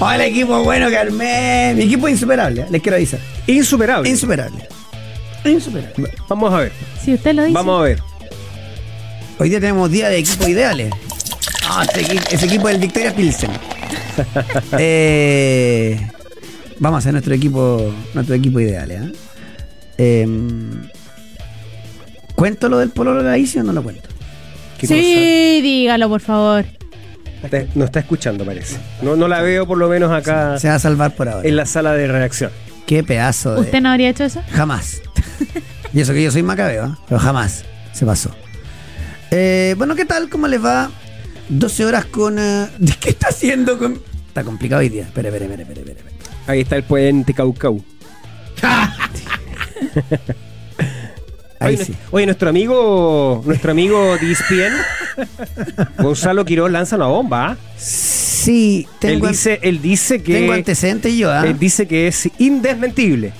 Oh, el equipo bueno que armé. Mi equipo es insuperable, ¿eh? les quiero avisar. Insuperable. Insuperable. Insuperable. Vamos a ver. Si usted lo dice. Vamos a ver. Hoy día tenemos día de equipos ideales. Ah, ese, equi- ese equipo es el Victoria Pilsen. Eh, vamos a hacer nuestro equipo, nuestro equipo ideal, ¿eh? Em, ¿Cuento lo del pololo de la Isi o no lo cuento? ¿Qué sí, dígalo, por favor. cosa? Está- no está escuchando, parece. No, no la veo por lo menos acá Se va a salvar por ahora. en la sala de redacción. Qué pedazo de. ¿Usted no habría hecho eso? Jamás. y eso que yo soy macabeo, ¿eh? pero jamás se pasó. Eh, bueno, ¿qué tal? ¿Cómo les va? 12 horas con... eh, ¿Qué está haciendo con...? Está complicado hoy día. Espere, espere, espere, espere. espere. Ahí está el puente Caucau. Ahí oye, sí. nue- oye, nuestro amigo, nuestro amigo de E ESPN, Gonzalo Quiroz lanza una bomba. ¿ah? Sí, Él tengo, an- dice, él dice que tengo antecedentes yo, ¿ah? Él Eh, dice que es indesmentible.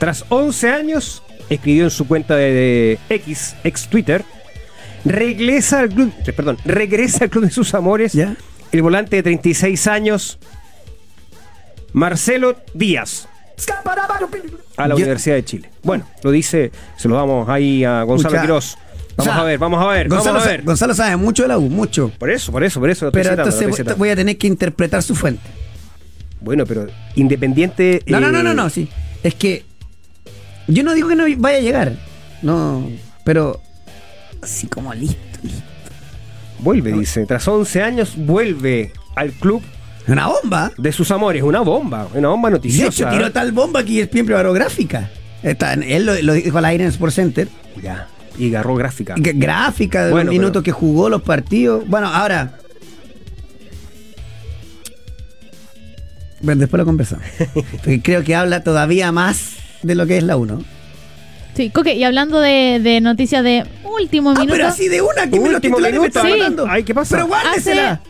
Tras 11 años, escribió en su cuenta de, de X, ex Twitter, regresa al club, eh, perdón, regresa al club de sus amores ¿Ya? el volante de 36 años, Marcelo Díaz, a la Yo- Universidad de Chile. Bueno, lo dice, se lo damos ahí a Gonzalo Pucha. Quirós. Vamos O sea, a ver, vamos a ver, Gonzalo, vamos a sa- ver. Gonzalo sabe mucho de la U, mucho. Por eso, por eso, por eso. lo estoy Pero citando, lo entonces estoy voy- citando. voy a tener que interpretar su fuente. Bueno, pero independiente... No, no, eh, no, no, no, sí. Es que yo no digo que no vaya a llegar. No, pero así como listo, listo. Vuelve, dice. Tras 11 años, vuelve al club Una bomba. de sus amores. Una bomba, una bomba Y de hecho noticiosa. ¿eh? tiró tal bomba que es bien gráfica. Está, en- él lo, lo dijo al aire en Sports Center. Ya, y agarró gráfica. G- Gráfica de Ah. Bueno, los minutos pero- que jugó, los partidos. Bueno, ahora. Bueno, después lo conversamos. Porque creo que habla todavía más de lo que es la 1. Sí, Coque, y hablando de, de noticias de último Ah, minuto. pero así de una que me los Último titulares me minuto. estaban Sí. matando. Ay, ¿qué pasa? Pero guárdesela.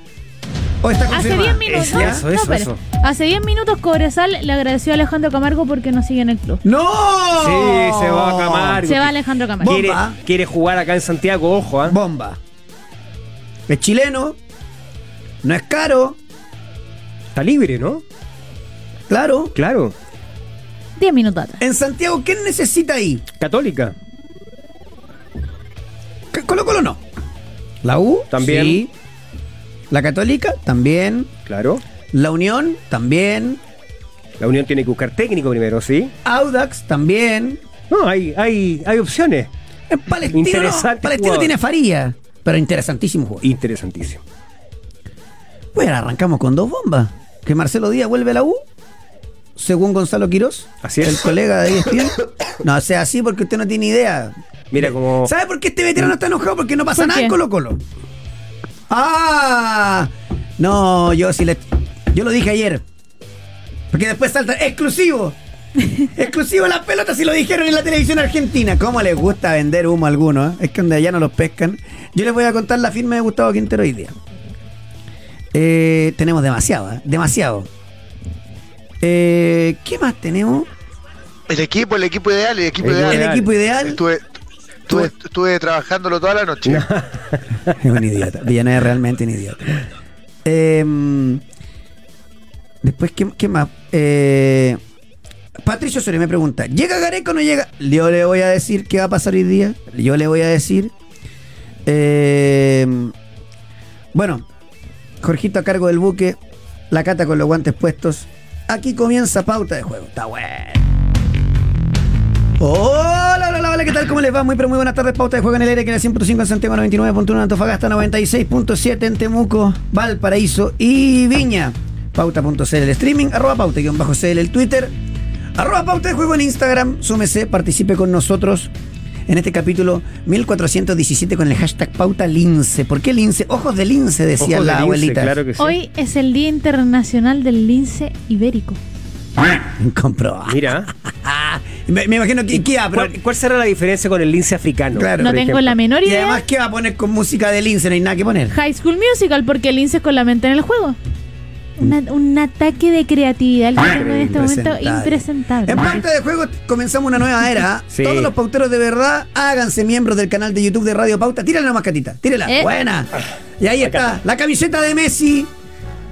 O está Hace confirmada. 10 minutos. Eso, eso, eso, espera. eso. Hace 10 minutos Cobresal le agradeció a Alejandro Camargo porque no sigue en el club. Eh, ¡No! Sí, se va a Camargo. Se va Alejandro Camargo. Quiere, Bomba. quiere jugar acá en Santiago, ojo, ¿ah? Bomba. Es chileno. No es caro. Está libre, ¿no? Claro. Claro. 10 minutos atrás. En Santiago, ¿quién necesita ahí? Católica. C- Colo Colo no. La U También. sí. La Católica también. Claro. La Unión también. La Unión tiene que buscar técnico primero, ¿sí? Audax también. No, hay, hay, hay opciones. En Palestino, Interesante Palestino jugador. tiene a Faría. Pero interesantísimo jugador. Interesantísimo. Bueno, Pues arrancamos con dos bombas. Que Marcelo Díaz vuelve a la U, según Gonzalo Quirós. Así es. El colega de ESPN. No sea así porque usted no tiene idea. Mira como... ¿Sabe por qué este veterano está enojado? Porque no pasa ¿Por nada qué? en Colo Colo. ¡Ah! No, yo sí le... Yo lo dije ayer. Porque después salta... ¡Exclusivo! Exclusivo las pelotas si lo dijeron en la televisión argentina. ¿Cómo les gusta vender humo a algunos? eh? Es que donde allá no los pescan. Yo les voy a contar la firma de Gustavo Quintero hoy día. Eh, tenemos demasiado, ¿eh? demasiado. Eh, ¿Qué más tenemos? El equipo, el equipo ideal, el equipo El ideal. El Dale. equipo ideal. Estuve, estuve, estuve trabajándolo toda la noche. Es un idiota. Villanueva es realmente un idiota. Eh, después, ¿qué, qué más? Eh, Patricio Soria me pregunta, ¿llega Gareca o no llega? Yo le voy a decir qué va a pasar hoy día. Yo le voy a decir... eh, bueno, Jorgito a cargo del buque, la cata con los guantes puestos. Aquí comienza pauta de juego. Está bueno. Hola, hola, hola, hola, ¿qué tal? ¿Cómo les va? Muy, pero muy buenas tardes. Pauta de juego en el aire que era 100.5 en Santiago, 99.1 en Antofagasta, 96.7 en Temuco, Valparaíso y Viña. Pauta.cl el streaming, arroba pauta guión bajo CL el Twitter, arroba pauta de juego en Instagram. Súmese, participe con nosotros en este capítulo 1417 con el hashtag pauta lince. ¿Por qué lince? Ojos de lince, decía Ojo de la lince, abuelita. Claro que sí. Hoy es el Día Internacional del Lince Ibérico. Comprobable. Mira. Me, me imagino que ¿qué va a pro- ¿Cuál, cuál será la diferencia con el lince africano? Claro. No por tengo ejemplo? la menor Y idea. además, ¿qué va a poner con música de lince? No hay nada que poner. High School Musical, porque el lince es con la mente en el juego. Una- un ataque de creatividad Mm. el que tengo en este momento impresentable. En parte de juego comenzamos una nueva era. Sí. Todos los pauteros de verdad, háganse miembros del canal de YouTube de Radio Pauta. Tírala nomás, Catita. Tírala. Eh. Buena. Y ahí está. La camiseta de Messi.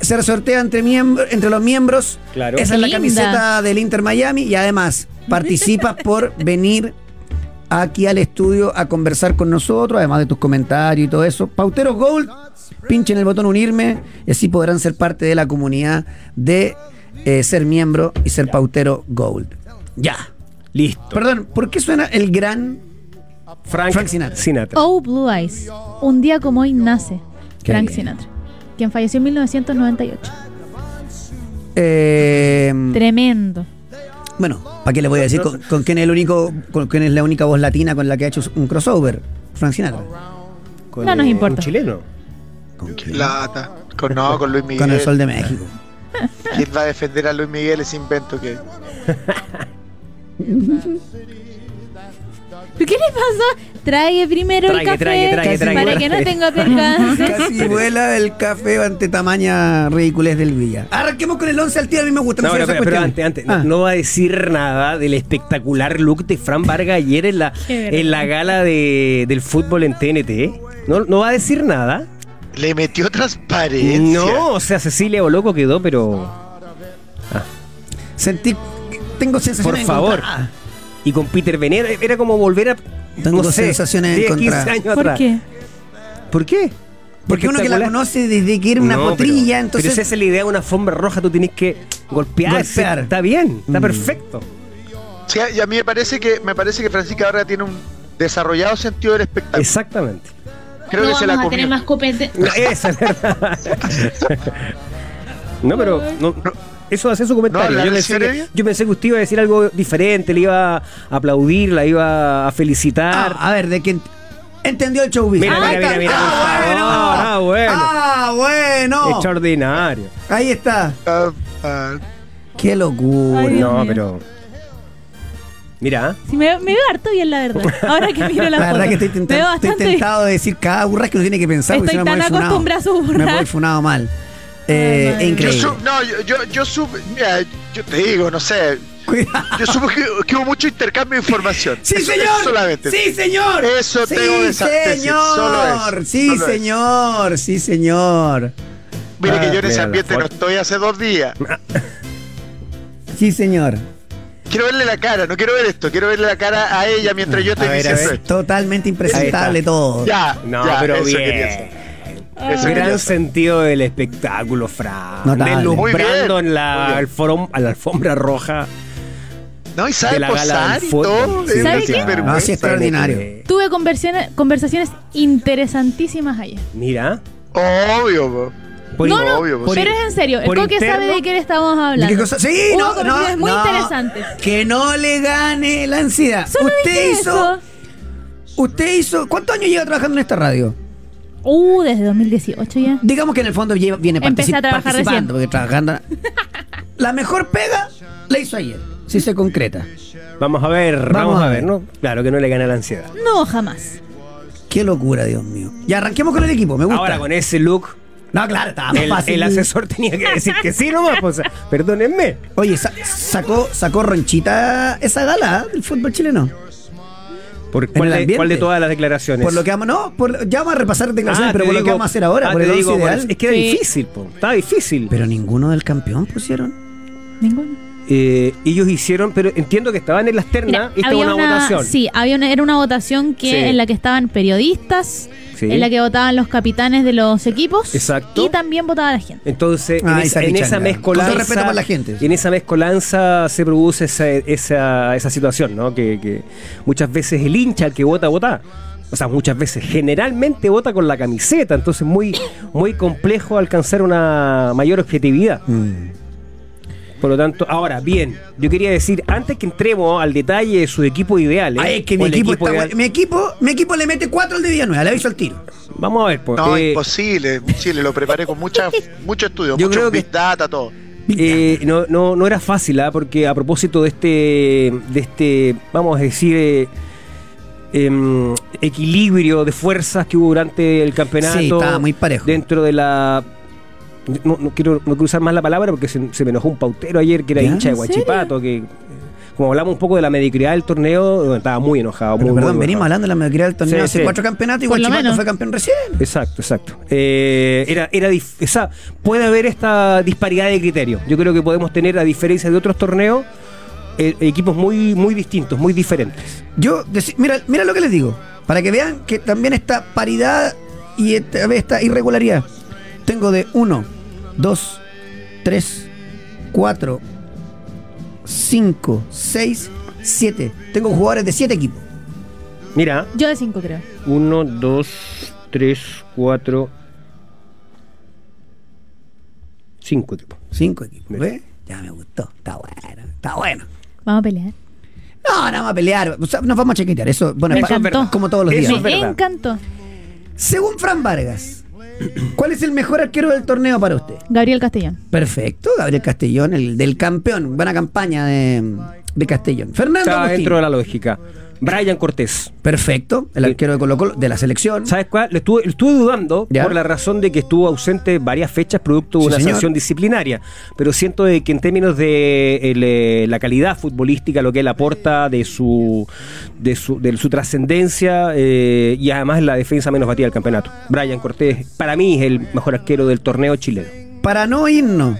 se resortea entre, miembro- entre los miembros. Claro. Esa es la Linda. camiseta del Inter Miami y además participas por venir aquí al estudio a conversar con nosotros, además de tus comentarios y todo eso. Pauteros Gold, pinchen el botón unirme y así podrán ser parte de la comunidad de eh, ser miembro y ser pautero Gold. Ya. Listo. Perdón, ¿por qué suena el gran Frank, Frank Sinatra. Oh Blue Eyes. Un día como hoy nace Qué Frank bien. Sinatra, quien falleció en 1998. Eh, Tremendo. bueno, ¿para qué le voy a decir con, con quién es el único, con quién es la única voz latina con la que ha hecho un crossover? Frank Sinatra. Con, No nos eh, importa. Un chileno. ¿Con quién? Lata. Con, no, con Luis Miguel. Con el Sol de México. ¿Quién va a defender a Luis Miguel ese invento que ¿Pero qué le pasó? Trae primero el Trague, café trague, trague, trague, para trague. que no tenga percance. Casi vuela el café ante tamaña ridiculez del Villa. Arranquemos con el 11 al tiro, a mí me gusta. No, pero, pero antes, antes, Ah. no- no va a decir nada del espectacular look de Fran Vargas ayer en la, Qué vergüenza. en la gala de, del fútbol en TNT. No, no va a decir nada. le metió transparencia? No, o sea, Cecilia o loco quedó, pero. Sentí, tengo sensaciones Por favor. encontradas. Y con Peter Venera era como volver a. Tengo no sé, sensaciones 10, 15 encontradas. años ¿Por atrás. qué? ¿Por qué? Porque uno que la Espectacular. conoce desde que era una No, pero- potrilla, pero entonces... si esa es la idea de una alfombra roja, tú tienes que golpear. Golpear. Está bien, está Mm. perfecto. Sí, y a mí me parece que me parece que Francisca ahora tiene un desarrollado sentido del espectáculo. Exactamente. Creo que se la comió. copete. No, esa es verdad. no, pero. no, no, eso hace su comentario. No, la yo, pensé lesión que, previa. yo pensé que usted iba a decir algo diferente, le iba a aplaudir, la iba a felicitar. Ah, a ver, de quién entendió el showbiz. Mira, Ahí mira, está. mira, mira, por ah, favor, bueno. ah, Ah, bueno. Extraordinario. Ahí está. Ah, ah, Qué locura. Ay, Dios Pues no, mío. pero. Mira, Si me, me veo harto bien, la verdad. Ahora que miro la, La, foto. verdad que estoy, Me veo tentado, estoy bastante tentado de decir cada burra que uno tiene que pensar. porque Estoy si no me tan voy funado. acostumbrada a sus Me voy burras. funado mal. Eh, Ay, madre. yo increíble. su- no, yo, yo, yo supe, mira, yo te digo, no sé, Cuidado. yo supe que, que hubo mucho intercambio de información. ¡Sí, Eso- señor! Solamente. ¡Sí, señor! Eso ¡Sí, tengo que sa- decir, señor! solo eso, ¡Sí, solo eso. señor! ¡Sí, señor! Mire Ah, que yo en ese mira la ambiente no foto. estoy hace dos días. ¡Sí, señor! Quiero verle la cara, no quiero ver esto, quiero verle la cara a ella mientras yo estoy A ver, a diciendo ver. esto. Totalmente Ahí impresentable está. todo. Ya, no, ya, pero eso quería bien. hacer. Eso Gran quería hacer. sentido del espectáculo, Fran. Notable. Deslumbrando Muy bien. en la, Muy alforom- a la alfombra roja. No, y de sabe la gala posar del y fútbol. todo. Sí, es una ¿Sabe qué? sinvergüenza. No, sí, extraordinario. Eh, Tuve conversiones- conversaciones interesantísimas ayer. Mira. Obvio, po. Por no, in- no, obvio, pues, pero sí. es en serio. El Por Coque interno- sabe de qué le estamos hablando. ¿De qué cosa? Sí, Hubo no, no, conversaciones muy no. interesantes. Que no le gane la ansiedad. Solo usted dije hizo, eso. usted hizo, ¿cuántos años lleva trabajando en esta radio? Uh, desde 2018 ya. Digamos que en el fondo lleva- viene Empecé partici- a trabajar participando, porque trabajando. la mejor pega la hizo ayer, si se concreta. Vamos a ver, vamos, a ver, ¿no? Claro que no le gana la ansiedad. No, jamás. Qué locura, Dios mío. Y arranquemos con el equipo, me gusta. Ah, Ahora con ese look, No, claro, estaba más el, fácil. el asesor tenía que decir que sí nomás. pues, o sea, perdónenme. Oye, sa- sacó, sacó ronchita esa gala ¿eh? del fútbol chileno. Por- el ¿cuál, de, ambiente. cuál de todas las declaraciones? Por lo que vamos, no, por- ya vamos a repasar declaraciones, Ah, pero te por lo que digo- vamos a hacer ahora, ah, por te el digo, once por- ideal. Es que era Sí. difícil, po, estaba difícil. Pero ninguno del campeón pusieron. Ninguno. Eh, ellos hicieron, pero entiendo que estaban en las ternas Mira, y estaba una, votación. Sí, había una, era una votación que Sí. en la que estaban periodistas, Sí. en la que votaban los capitanes de los equipos. Exacto. Y también votaba la gente. Entonces, Ah, en, esa, esa en esa pichanga. mezcolanza. Con todo respeto para la gente. En esa mezcolanza se produce esa, esa, esa situación, ¿no? Que, que muchas veces el hincha el que vota, vota. O sea, muchas veces, generalmente vota con la camiseta, entonces muy, muy complejo alcanzar una mayor objetividad. Por lo tanto, ahora, bien, yo quería decir, antes que entremos al detalle de su equipo ideal, ¿eh? Ay, Ah, es que mi O el equipo, está ideal. bueno. mi, equipo, mi equipo le mete cuatro al de Villanueva, le aviso al tiro. Vamos a ver, pues, No, eh, imposible, imposible. Lo preparé con mucha, mucho estudio, Yo mucho creo que- big data, todo. Eh, no, no, no era fácil, ¿ah? porque a propósito de este, de este vamos a decir, eh, em, equilibrio de fuerzas que hubo durante el campeonato. Sí, estaba muy parejo. Dentro de la. No, no quiero, no quiero usar más la palabra porque se, se me enojó un pautero ayer que era ¿Ya? hincha de ¿En serio? Guachipato, que eh, como hablamos un poco de la mediocridad del torneo, estaba muy enojado. Pero muy, perdón, muy venimos enojado. hablando de la mediocridad del torneo Sí, hace sí. cuatro campeonatos y Por lo Guachipato menos. fue campeón recién. Exacto, exacto. Eh, era, era dif- o sea, puede haber esta disparidad de criterios. Yo creo que podemos tener, a diferencia de otros torneos, eh, equipos muy, muy distintos, muy diferentes. Yo, deci- mira, mira lo que les digo, para que vean que también esta paridad y esta, esta irregularidad. Tengo de 1, 2, 3, 4, 5, 6, 7. Tengo jugadores de 7 equipos. Mira, Yo de 5 creo. 1, 2, 3, 4, 5 tipos. 5 equipos, Mira. ¿ves? Ya me gustó, está bueno, está bueno. Vamos a pelear. No, no vamos a pelear, o sea, nos vamos a chequetear. Eso, bueno, Me pa- encantó. como todos los Eso días. es Me verdad. encantó. Según Fran Vargas, ¿cuál es el mejor arquero del torneo para usted? Gabriel Castellón. Perfecto, Gabriel Castellón, el del campeón. Buena campaña de, de Castellón. Fernando Está Agustín. dentro de la lógica. Brian Cortés. Perfecto, el arquero de Colo Colo, de la selección. ¿Sabes cuál? Le estuve, le estuve dudando Ya. por la razón de que estuvo ausente varias fechas producto de Sí, una señor. sanción disciplinaria. Pero siento de que en términos de el, eh, la calidad futbolística, lo que él aporta, de su de su, de su trascendencia eh, y además la defensa menos batida del campeonato. Brian Cortés, para mí, es el mejor arquero del torneo chileno. Para no irnos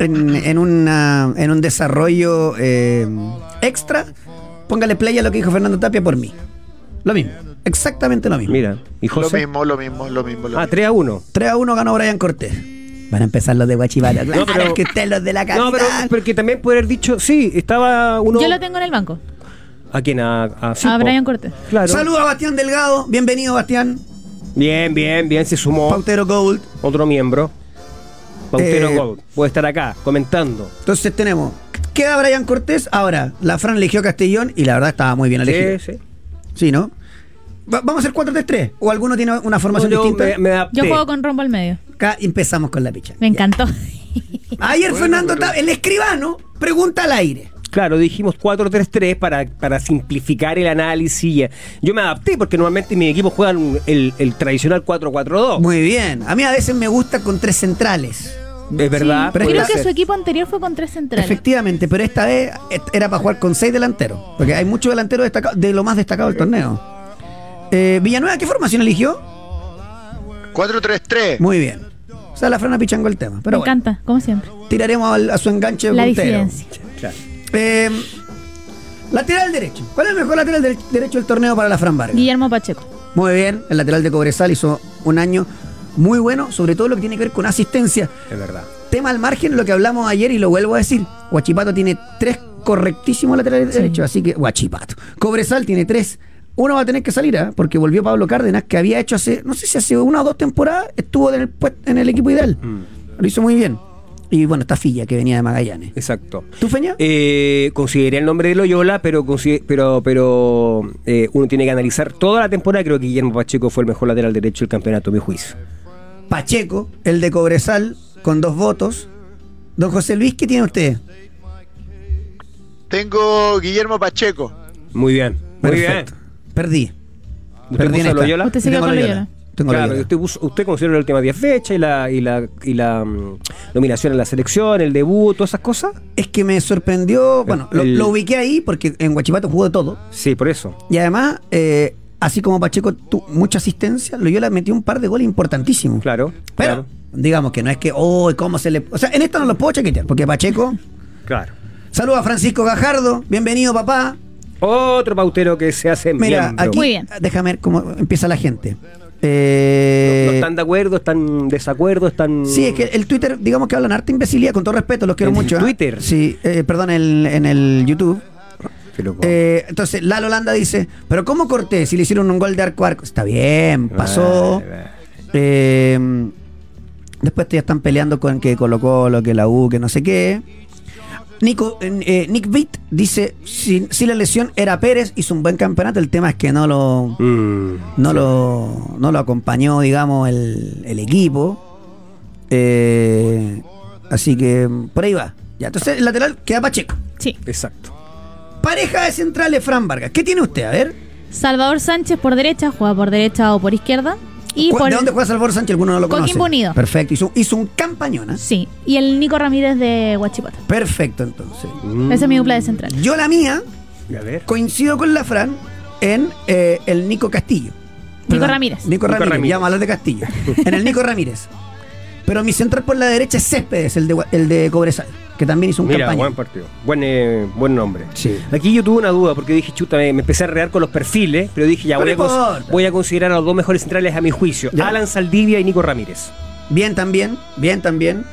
en, en una, en un desarrollo eh, extra, póngale play a lo que dijo Fernando Tapia por mí. Lo mismo, exactamente lo mismo. Mira, y Lo José. mismo, lo mismo, lo mismo. lo Ah, mismo. 3 a 1. 3 a 1 ganó Brian Cortés. Van a empezar los de Guachipato. Claro, pero- es que ustedes los de la capital. No, pero porque también puede haber dicho, sí, estaba uno. Yo lo tengo en el banco. ¿A quién? A, a, sí, A po. Brian Cortés. Claro. Saludos a Bastián Delgado. Bienvenido, Bastián. Bien, bien, bien, se sumó. Pautero Gold. otro miembro. Pautero Eh, Gold. Puede estar acá comentando. Entonces tenemos, queda Brian Cortés, ahora la Fran eligió a Castellón y la verdad estaba muy bien elegida. Sí, Sí, sí. ¿no? Va- vamos a hacer 4-3-3. ¿O alguno tiene una formación Yo distinta? me, me adapté. Yo juego con rombo al medio. Acá empezamos con la picha. Me encantó. Ayer Fernando, Ta- el escribano, pregunta al aire. Claro, dijimos 4-3-3 para, para simplificar el análisis. Yo me adapté porque normalmente mis equipos juegan un- el, el tradicional 4-4-2. Muy bien. A mí a veces me gusta con tres centrales. Es verdad. Sí, pero puede creo esta- ser. que su equipo anterior fue con tres centrales. Efectivamente, pero esta vez et- era para jugar con seis delanteros. Porque hay muchos delanteros destacados, de lo más destacado del torneo. Eh, Villanueva, ¿qué formación eligió? 4-3-3. Muy bien. O sea, la Fran pichangó el tema. Me Pero bueno. encanta, como siempre. tiraremos al- a su enganche La puntero. disidencia. Claro. Eh, lateral derecho. ¿Cuál es el mejor lateral dere- derecho del torneo para la Fran Vargas? Guillermo Pacheco. Muy bien, el lateral de Cobresal hizo un año muy bueno, sobre todo lo que tiene que ver con asistencia. Es verdad. Tema al margen, lo que hablamos ayer y lo vuelvo a decir. Huachipato tiene tres correctísimos laterales derechos, así que Huachipato. Cobresal tiene tres. Uno va a tener que salir, ¿ah? porque volvió Pablo Cárdenas, que había hecho hace, no sé si hace una o dos temporadas, estuvo en el, puest- en el equipo ideal. Mm. Lo hizo muy bien. Y bueno, está Filla, que venía de Magallanes. Exacto. ¿Tú, Feña? Eh, consideré el nombre de Loyola, pero consi- pero pero eh, uno tiene que analizar toda la temporada. Creo que Guillermo Pacheco fue el mejor lateral derecho del campeonato, a mi juicio. Pacheco, el de Cobresal, con dos votos. Don José Luis, ¿qué tiene usted? Tengo Guillermo Pacheco. Muy bien. Muy Perfecto. bien. Perdí. ¿Usted Perdí puso en a esta. Loyola? Usted sigue Tengo con Loyola. Loyola. Tengo Claro, Loyola. usted, bus- usted considera la última 10 fechas y la, y la, y la mm, nominación a la selección, el debut, todas esas cosas. Es que me sorprendió. Bueno, lo, El- lo ubiqué ahí porque en Guachipato jugó de todo. Sí, por eso. Y además, eh, así como Pacheco tuvo mucha asistencia, Loyola metió un par de goles importantísimos. Claro. Pero, claro, digamos que no es que, oh, ¿cómo se le.? O sea, en esto no lo puedo chaquetear porque Pacheco. claro. Saludos a Francisco Gajardo. Bienvenido, papá. Otro pautero que se hace Mira, miembro. aquí. Muy bien. Déjame ver cómo empieza la gente. No Eh, están de acuerdo, están en desacuerdo, están. Sí, es que el Twitter, digamos que hablan harta imbecilidad, con todo respeto, los quiero ¿En el mucho. ¿eh? Twitter? Sí, eh, perdón, el- en el YouTube. Qué loco. Eh, entonces, Lalo Holanda dice, pero ¿cómo corté si le hicieron un gol de arco a arco? Está bien, pasó. Vale, vale. Eh, después ya están peleando con que Colo Colo, que la U, que no sé qué. Nico, eh, eh, Nick Vitt dice, si, si la lesión era Pérez, hizo un buen campeonato, el tema es que no lo, Mm. no lo, no lo acompañó, digamos, el, el equipo. Eh, así que mm, por ahí va. Ya, entonces el lateral queda Pacheco. Sí. Exacto. Pareja de centrales, Fran Vargas. ¿Qué tiene usted? A ver. Salvador Sánchez por derecha, juega por derecha o por izquierda. Y ¿Cu- por- ¿De dónde juega Salvador Sánchez? Alguno no lo conoce. Coquimbo Unido. Perfecto. Hizo, hizo un campañón. ¿ah? Sí. Y el Nico Ramírez de Huachipato. Perfecto, entonces. Esa es mi dupla de central. Yo la mía Mm, A ver. coincido con la Fran en eh, el Nico Castillo. Perdón, Ramírez. Nico Nico Ramírez. Ramírez. Ya vamos a hablar de Castillo. en el Nico Ramírez. Pero mi central por la derecha es Céspedes, el de, Gua- el de Cobresal, que también hizo un Mira, campañón. buen partido. Buen, eh, buen nombre. Sí. Aquí yo tuve una duda porque dije, chuta, me, me empecé a rear con los perfiles, pero dije, ya No voy a, le cons- importa. voy a considerar a los dos mejores centrales a mi juicio. Ya. Alan Saldivia y Nico Ramírez. Bien también, bien también.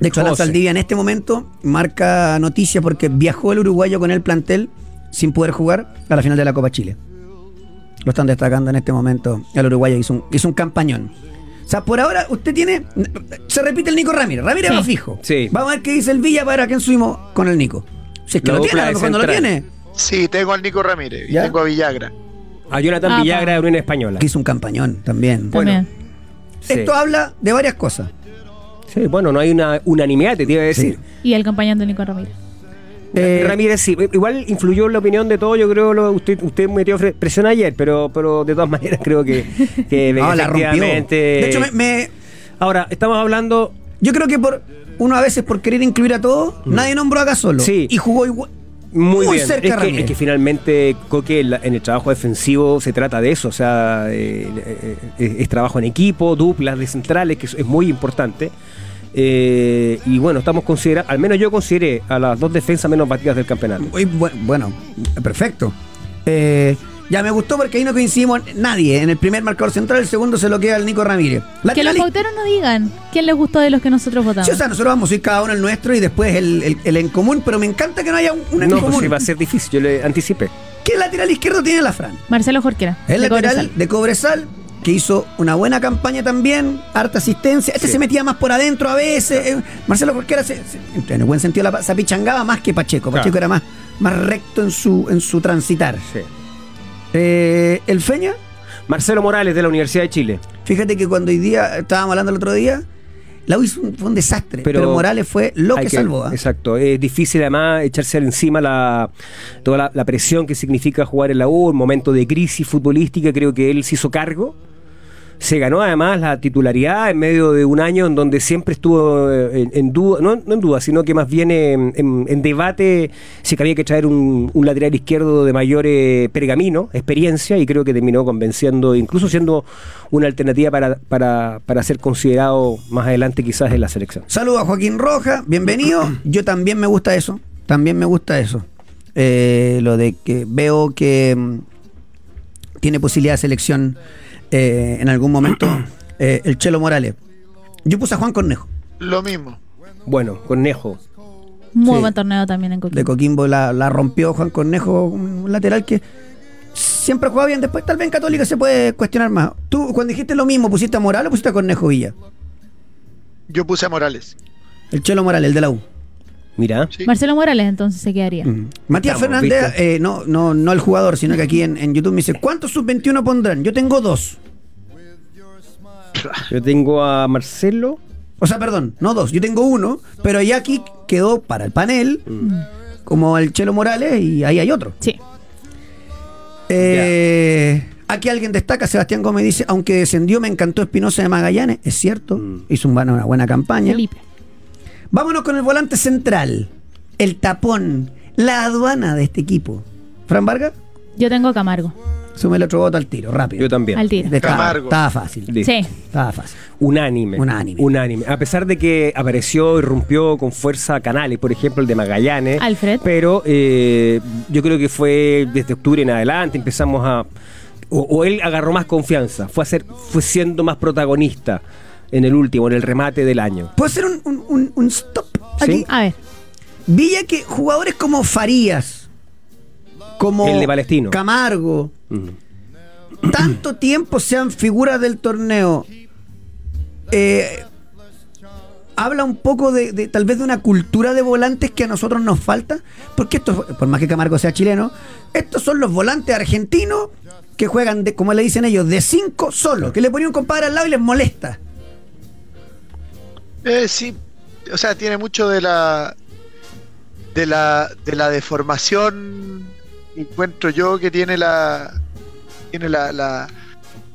De hecho, Alan José. Saldivia en este momento marca noticia porque viajó el uruguayo con el plantel sin poder jugar a la final de la Copa Chile. Lo están destacando en este momento. El uruguayo hizo un, hizo un campañón. O sea, por ahora usted tiene. Se repite el Nico Ramírez. Ramírez Sí. va fijo. Mm. Sí. Vamos a ver qué dice el Villa para quién subimos con el Nico. Si es que La lo tiene, dupla a de lo mejor no lo central. tiene. Sí, tengo al Nico Ramírez y ¿Ya? tengo a Villagra. A Jonathan Ah, pa. Villagra de Unión Española. Que hizo un campañón también. Bueno. También. Pues, Sí. Esto habla de varias cosas. Sí, bueno, no hay una unanimidad, te iba a decir. Y el compañero de Nico Ramírez. Eh, Ramírez sí, igual influyó en la opinión de todo, yo creo, lo- usted, usted metió fre- presión ayer, pero, pero de todas maneras creo que, que No, Ah, la rompió. efectivamente- De hecho, me- me, Ahora, estamos hablando Yo creo que por uno a veces por querer incluir a todos, nadie nombró acá solo. Mm. Sí. Y jugó igual. Muy, Muy bien. cerca es, que, Ramírez. es que finalmente Coque en la- en el trabajo defensivo se trata de eso, o sea, eh, eh, eh, es trabajo en equipo, duplas de centrales, que es, es muy importante. Eh, y bueno, estamos considerando, al menos yo consideré a las dos defensas menos batidas del campeonato. Uy, bu- Bueno, perfecto. Eh, ya me gustó porque ahí no coincidimos en- nadie. En el primer marcador central, el segundo se lo queda el Nico Ramírez. Que los Laterales- pauteros no digan quién les gustó de los que nosotros votamos. Sí, o sea, nosotros vamos a ir cada uno el nuestro y después el, el- el en común, pero me encanta que no haya un, un en no, común. pues sí, va a ser difícil, yo le anticipé. ¿Qué lateral izquierdo tiene la Fran? Marcelo Jorquera. El de lateral Cobresal. de Cobresal, que hizo una buena campaña también, harta asistencia. Este Sí. se metía más por adentro a veces. eh, Marcelo Corquera, se, se- en el buen sentido, la, pa- se apichangaba más que Pacheco. Claro. Pacheco era más, más recto en su, en su transitar. Sí. Eh, el Feña, Marcelo Morales de la Universidad de Chile. fíjate que cuando hoy día, estábamos hablando el otro día, la U hizo un- fue un desastre, pero, Pero Morales fue lo Hay que, salvó. ¿ah? Exacto. Es difícil además echarse encima la, toda la, la presión que significa jugar en la U, un momento de crisis futbolística, creo que él se hizo cargo. Se ganó además la titularidad en medio de un año en donde siempre estuvo eh, en, en duda, no, no en duda, sino que más bien eh, en, en debate si que había que traer un, un lateral izquierdo de mayor eh, pergamino, experiencia, y creo que terminó convenciendo, incluso siendo una alternativa para, para, para ser considerado más adelante quizás en la selección. Saludos a Joaquín Roja, bienvenido. Yo también me gusta eso, también me gusta eso. Eh, lo de que veo que mm, tiene posibilidad de selección eh, en algún momento eh, el Chelo Morales. Yo puse a Juan Cornejo, Lo mismo. Bueno, Cornejo, Muy Sí. buen torneo también en de Coquimbo. Coquimbo, la, la rompió Juan Cornejo, un lateral que siempre juega bien. Después tal vez en Católica se puede cuestionar más. Tú cuando dijiste lo mismo, ¿pusiste a Morales o pusiste a Cornejo Villa? Yo puse a Morales. El Chelo Morales, el de la U. Mira. Sí. Marcelo Morales entonces se quedaría. Mm. Matías Estamos, Fernández, ¿viste? eh, no, no, no el jugador, sino que aquí en, en YouTube me dice, ¿cuántos sub-21 pondrán? Yo tengo dos. Yo tengo a Marcelo. O sea, perdón, no dos, yo tengo uno, pero ya aquí quedó para el panel, Mm. como el Chelo Morales, y ahí hay otro. Sí. Eh, Aquí alguien destaca, Sebastián Gómez dice, aunque descendió, me encantó Espinosa de Magallanes, es cierto, Mm. hizo un- una buena campaña. Felipe. Vámonos con el volante central, el tapón, la aduana de este equipo. Fran Vargas, Yo tengo a Camargo. sume el otro voto al tiro, rápido. Yo también. Al tiro. Estaba- Camargo. Estaba fácil. Listo. Sí. Estaba fácil. Unánime. Unánime. Unánime. A pesar de que apareció y rompió con fuerza Canales, por ejemplo, el de Magallanes. Alfred. Pero eh, yo creo que fue desde octubre en adelante empezamos a. O, o él agarró más confianza. Fue, a ser, fue siendo más protagonista en el último, en el remate del año. ¿Puedo hacer un, un- un- un stop aquí? Ah. A ver. Villa que jugadores como Farías, como El de Palestino. Camargo, Mm. tanto tiempo sean figuras del torneo, eh, habla un poco de, de- tal vez de una cultura de volantes que a nosotros nos falta, porque estos, por más que Camargo sea chileno, estos son los volantes argentinos que juegan, de, como le dicen ellos, de cinco solo, que le ponían un compadre al lado y les molesta. Eh, sí, o sea, tiene mucho de la de la de la deformación encuentro yo que tiene la tiene la, la,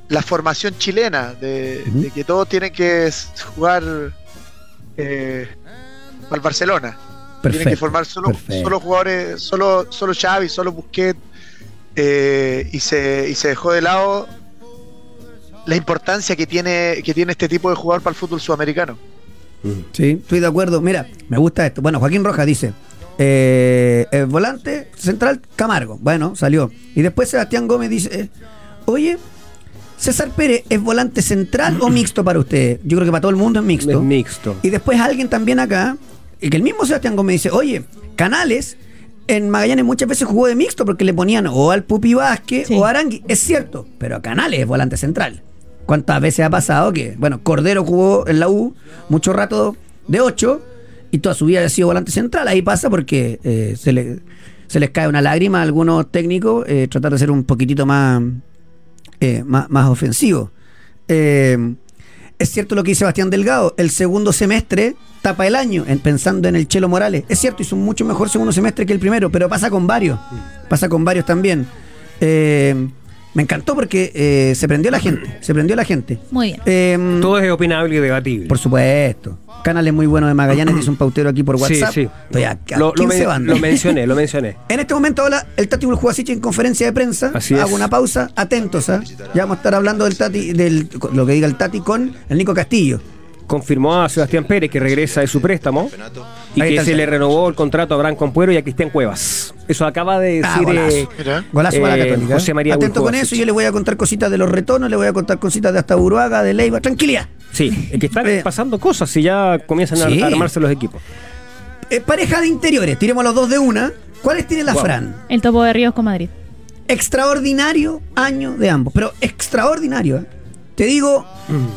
la formación chilena, de, Ujú. de que todos tienen que s- jugar eh, al Barcelona. tienen que Perfecto, formar solo, perfecto. solo jugadores, solo, solo Xavi, solo Busquets, eh, y, se, y se dejó de lado la importancia que tiene, que tiene este tipo de jugador para el fútbol sudamericano. Sí, estoy de acuerdo. Mira, me gusta esto. Bueno, Joaquín Rojas dice: eh, el volante central Camargo. Bueno, salió. Y después Sebastián Gómez dice: eh, Oye, César Pérez, ¿es volante central o mixto para usted? Yo creo que para todo el mundo es mixto. Es mixto. Y después alguien también acá, y que el mismo Sebastián Gómez dice, oye, Canales en Magallanes muchas veces jugó de mixto porque le ponían o al Pupi Vázquez Sí. o a Arangui. Es cierto, pero Canales es volante central. ¿Cuántas veces ha pasado que, bueno, Cordero jugó en la U mucho rato de 8 y toda su vida ha sido volante central? Ahí pasa porque eh, se, le- se les cae una lágrima a algunos técnicos eh, tratar de ser un poquitito más, eh, más, más ofensivo. Eh, es cierto lo que dice Sebastián Delgado, el segundo semestre tapa el año, en- pensando en el Chelo Morales. Es cierto, hizo un mucho mejor segundo semestre que el primero, pero pasa con varios. Pasa con varios también. Eh, me encantó porque eh, se prendió la gente, se prendió la gente. Muy bien. Eh, Todo es opinable y debatible. por supuesto. Canales muy buenos de Magallanes, dice un pautero aquí por WhatsApp. Sí, sí. Estoy a, a Lo, lo 15 men- bandas. lo mencioné, lo mencioné. En este momento habla el Tati Buljuasich en conferencia de prensa. Así Hago es. una pausa, atentos, ¿ah? Ya vamos a estar hablando del Tati, del, lo que diga el Tati con el Nico Castillo. Confirmó a Sebastián Pérez que regresa de su préstamo y Ahí que está el se le centro. renovó el contrato a Abraham Compuero y a Cristian Cuevas. Eso acaba de decir Ah, golazo. eh, Mira. Golazo para la eh, Católica. ¿ah? José María Atento con Buljovac. eso, yo le voy a contar cositas de los retornos, le voy a contar cositas de hasta Uruaga, de Leiva. Tranquilidad. Sí, es que están Eh, pasando cosas y ya comienzan a- Sí. a armarse los equipos. Eh, pareja de interiores, tiremos los dos de una. ¿Cuáles tiene la Wow. Fran? El topo de Ríos con Madrid. Extraordinario año de ambos, pero extraordinario. ¿eh? Te digo,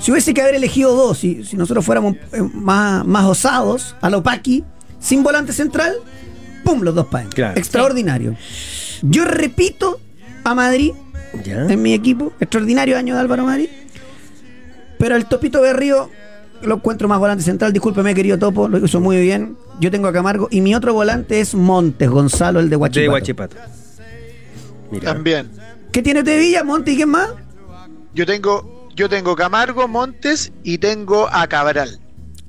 si hubiese que haber elegido dos, si, si nosotros fuéramos eh, más, más osados, a lo Paqui, sin volante central, ¡pum! los dos panes. Claro. Extraordinario. Yo repito a Madrid ¿Ya? en mi equipo. Extraordinario año de Álvaro Madrid. Pero el Topito Berrío lo encuentro más volante central. Discúlpeme, querido Topo, lo hizo muy bien. Yo tengo a Camargo. Y mi otro volante es Montes, Gonzalo, el de Huachipato. De Guachipato. Mira. También. ¿Qué tiene usted de Villa, Montes y quién más? Yo tengo, yo tengo Camargo, Montes y tengo a Cabral.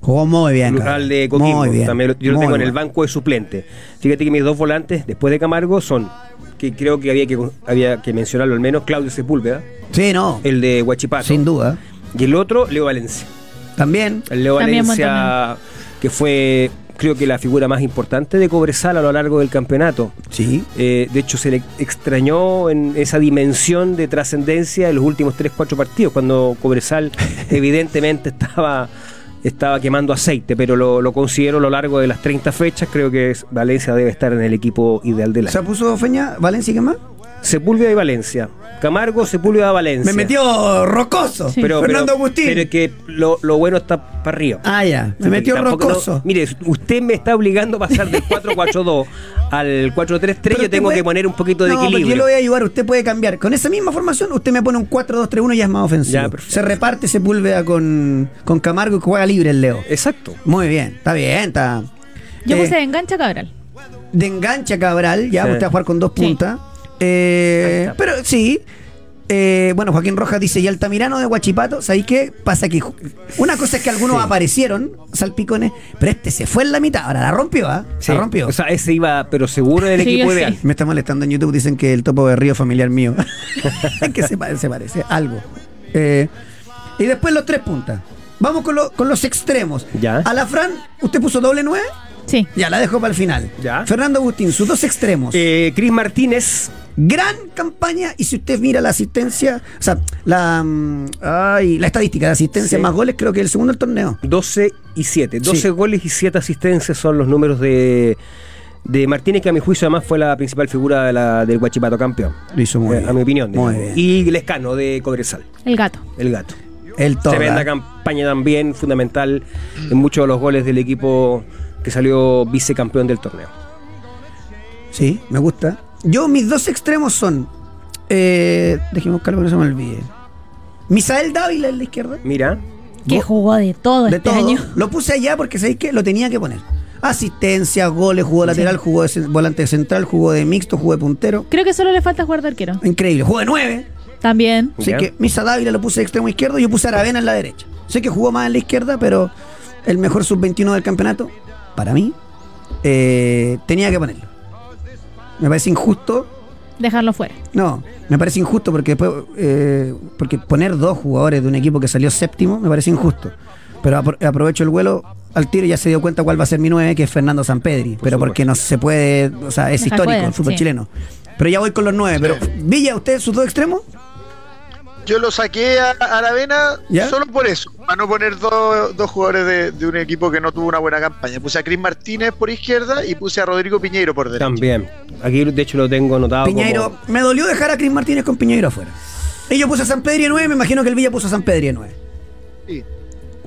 Jugó muy bien. Camargo. Al de Coquimbo. Muy bien. También lo- yo lo Muy tengo en el bueno. banco de suplente. Fíjate que mis dos volantes, después de Camargo, son, que creo que había que, había que mencionarlo al menos, Claudio Sepúlveda, Sí, no. el de Huachipato. Sin duda. Y el otro, Leo Valencia. También. El Leo También Valencia, que fue, creo que la figura más importante de Cobresal a lo largo del campeonato. Sí. Eh, de hecho, se le extrañó en esa dimensión de trascendencia en los últimos 3-4 partidos, cuando Cobresal evidentemente estaba, estaba quemando aceite, pero lo, lo considero a lo largo de las 30 fechas, creo que es- Valencia debe estar en el equipo ideal del ¿Se año. puso Feña, Valencia y quién más? Sepúlveda y Valencia. Camargo, Sepúlveda, Valencia. Me metió rocoso. Sí. Pero, Fernando pero- Agustín. Pero es que lo, lo bueno está para arriba. Ah, ya. Me Sí, metió tampoco no- rocoso. mire, usted me está obligando a pasar del 4-4-2 al 4-3-3. Pero Yo usted tengo puede- que poner un poquito de No, pero equilibrio. Yo lo voy a ayudar, usted puede cambiar. Con esa misma formación, usted me pone un 4-2-3-1 y ya es más ofensivo. Ya, perfecto. se reparte Sepúlveda con, con Camargo y juega libre el Leo. Exacto. Muy bien, está bien, está. Yo Eh, puse de engancha Cabral. de engancha Cabral, ya Sí. usted va a jugar con dos Sí. puntas. Eh, Ahí está. pero sí. eh, bueno, Joaquín Rojas dice, y Altamirano de Guachipato, ¿sabéis qué? Pasa que ju- una cosa es que algunos Sí. aparecieron, salpicones, pero este se fue en la mitad, ahora la rompió, ¿ah? Sí. Se rompió. O sea, ese iba, pero seguro del Sí, equipo yo ideal. Me está molestando en YouTube, dicen que el topo de río es familiar mío. que se, pare- se parece, algo. Eh, y después los tres puntas. Vamos con, lo- con los extremos. Ya. A la Fran, usted puso doble nueve, Sí. ya la dejó para el final. Ya. Fernando Agustín, sus dos extremos. Eh, Cris Martínez, Gran campaña, y si usted mira la asistencia, o sea, la, mm, ay, la estadística de asistencia Sí. más goles, creo que el segundo del torneo. 12 y 7. 12 Sí. goles y 7 asistencias son los números de, de Martínez, que a mi juicio además fue la principal figura de la- del Guachipato campeón. Lo hizo muy Eh, bien. A mi opinión. Muy digamos. bien. Y Lescano de Cobresal, El gato. el gato. el topo. Tremenda campaña también, fundamental en muchos de los goles del equipo que salió vicecampeón del torneo. Sí, me gusta. Yo, mis dos extremos son. Eh, déjeme buscarlo que no se me olvide. Misael Dávila en la izquierda. Mira, Que Go- jugó de todo de este todo. año. Lo puse allá porque sabéis que lo tenía que poner. Asistencia, goles, jugó lateral, jugó de cen- volante central, jugó de mixto, jugó de puntero. Creo que solo le falta jugar de arquero. Increíble. Jugó de nueve. También. Sé Ya. que Misa Dávila lo puse de extremo izquierdo y yo puse a Aravena en la derecha. Sé que jugó más en la izquierda, pero el mejor sub-21 del campeonato, para mí, eh, tenía que ponerlo. Me parece injusto. Dejarlo fuera. No, me parece injusto porque después, eh, porque poner dos jugadores de un equipo que salió séptimo me parece injusto. Pero apro- aprovecho el vuelo al tiro y ya se dio cuenta cuál va a ser mi 9, que es Fernando Sampedri. pero supuesto. porque no se puede, o sea, es Deja histórico fuera, el fútbol sí. chileno. Pero ya voy con los 9. Pero Villa, ¿usted sus dos extremos? Yo lo saqué a, a la vena ¿Ya? solo por eso, para no poner dos- dos jugadores de, de un equipo que no tuvo una buena campaña. Puse a Cris Martínez por izquierda y puse a Rodrigo Piñeiro por derecha. También. Aquí de hecho lo tengo anotado. Ah, como- Piñeiro, me dolió dejar a Cris Martínez con Piñeiro afuera. Y yo puse a San Pedri 9, me imagino que el Villa puso a San Pedri 9. Sí.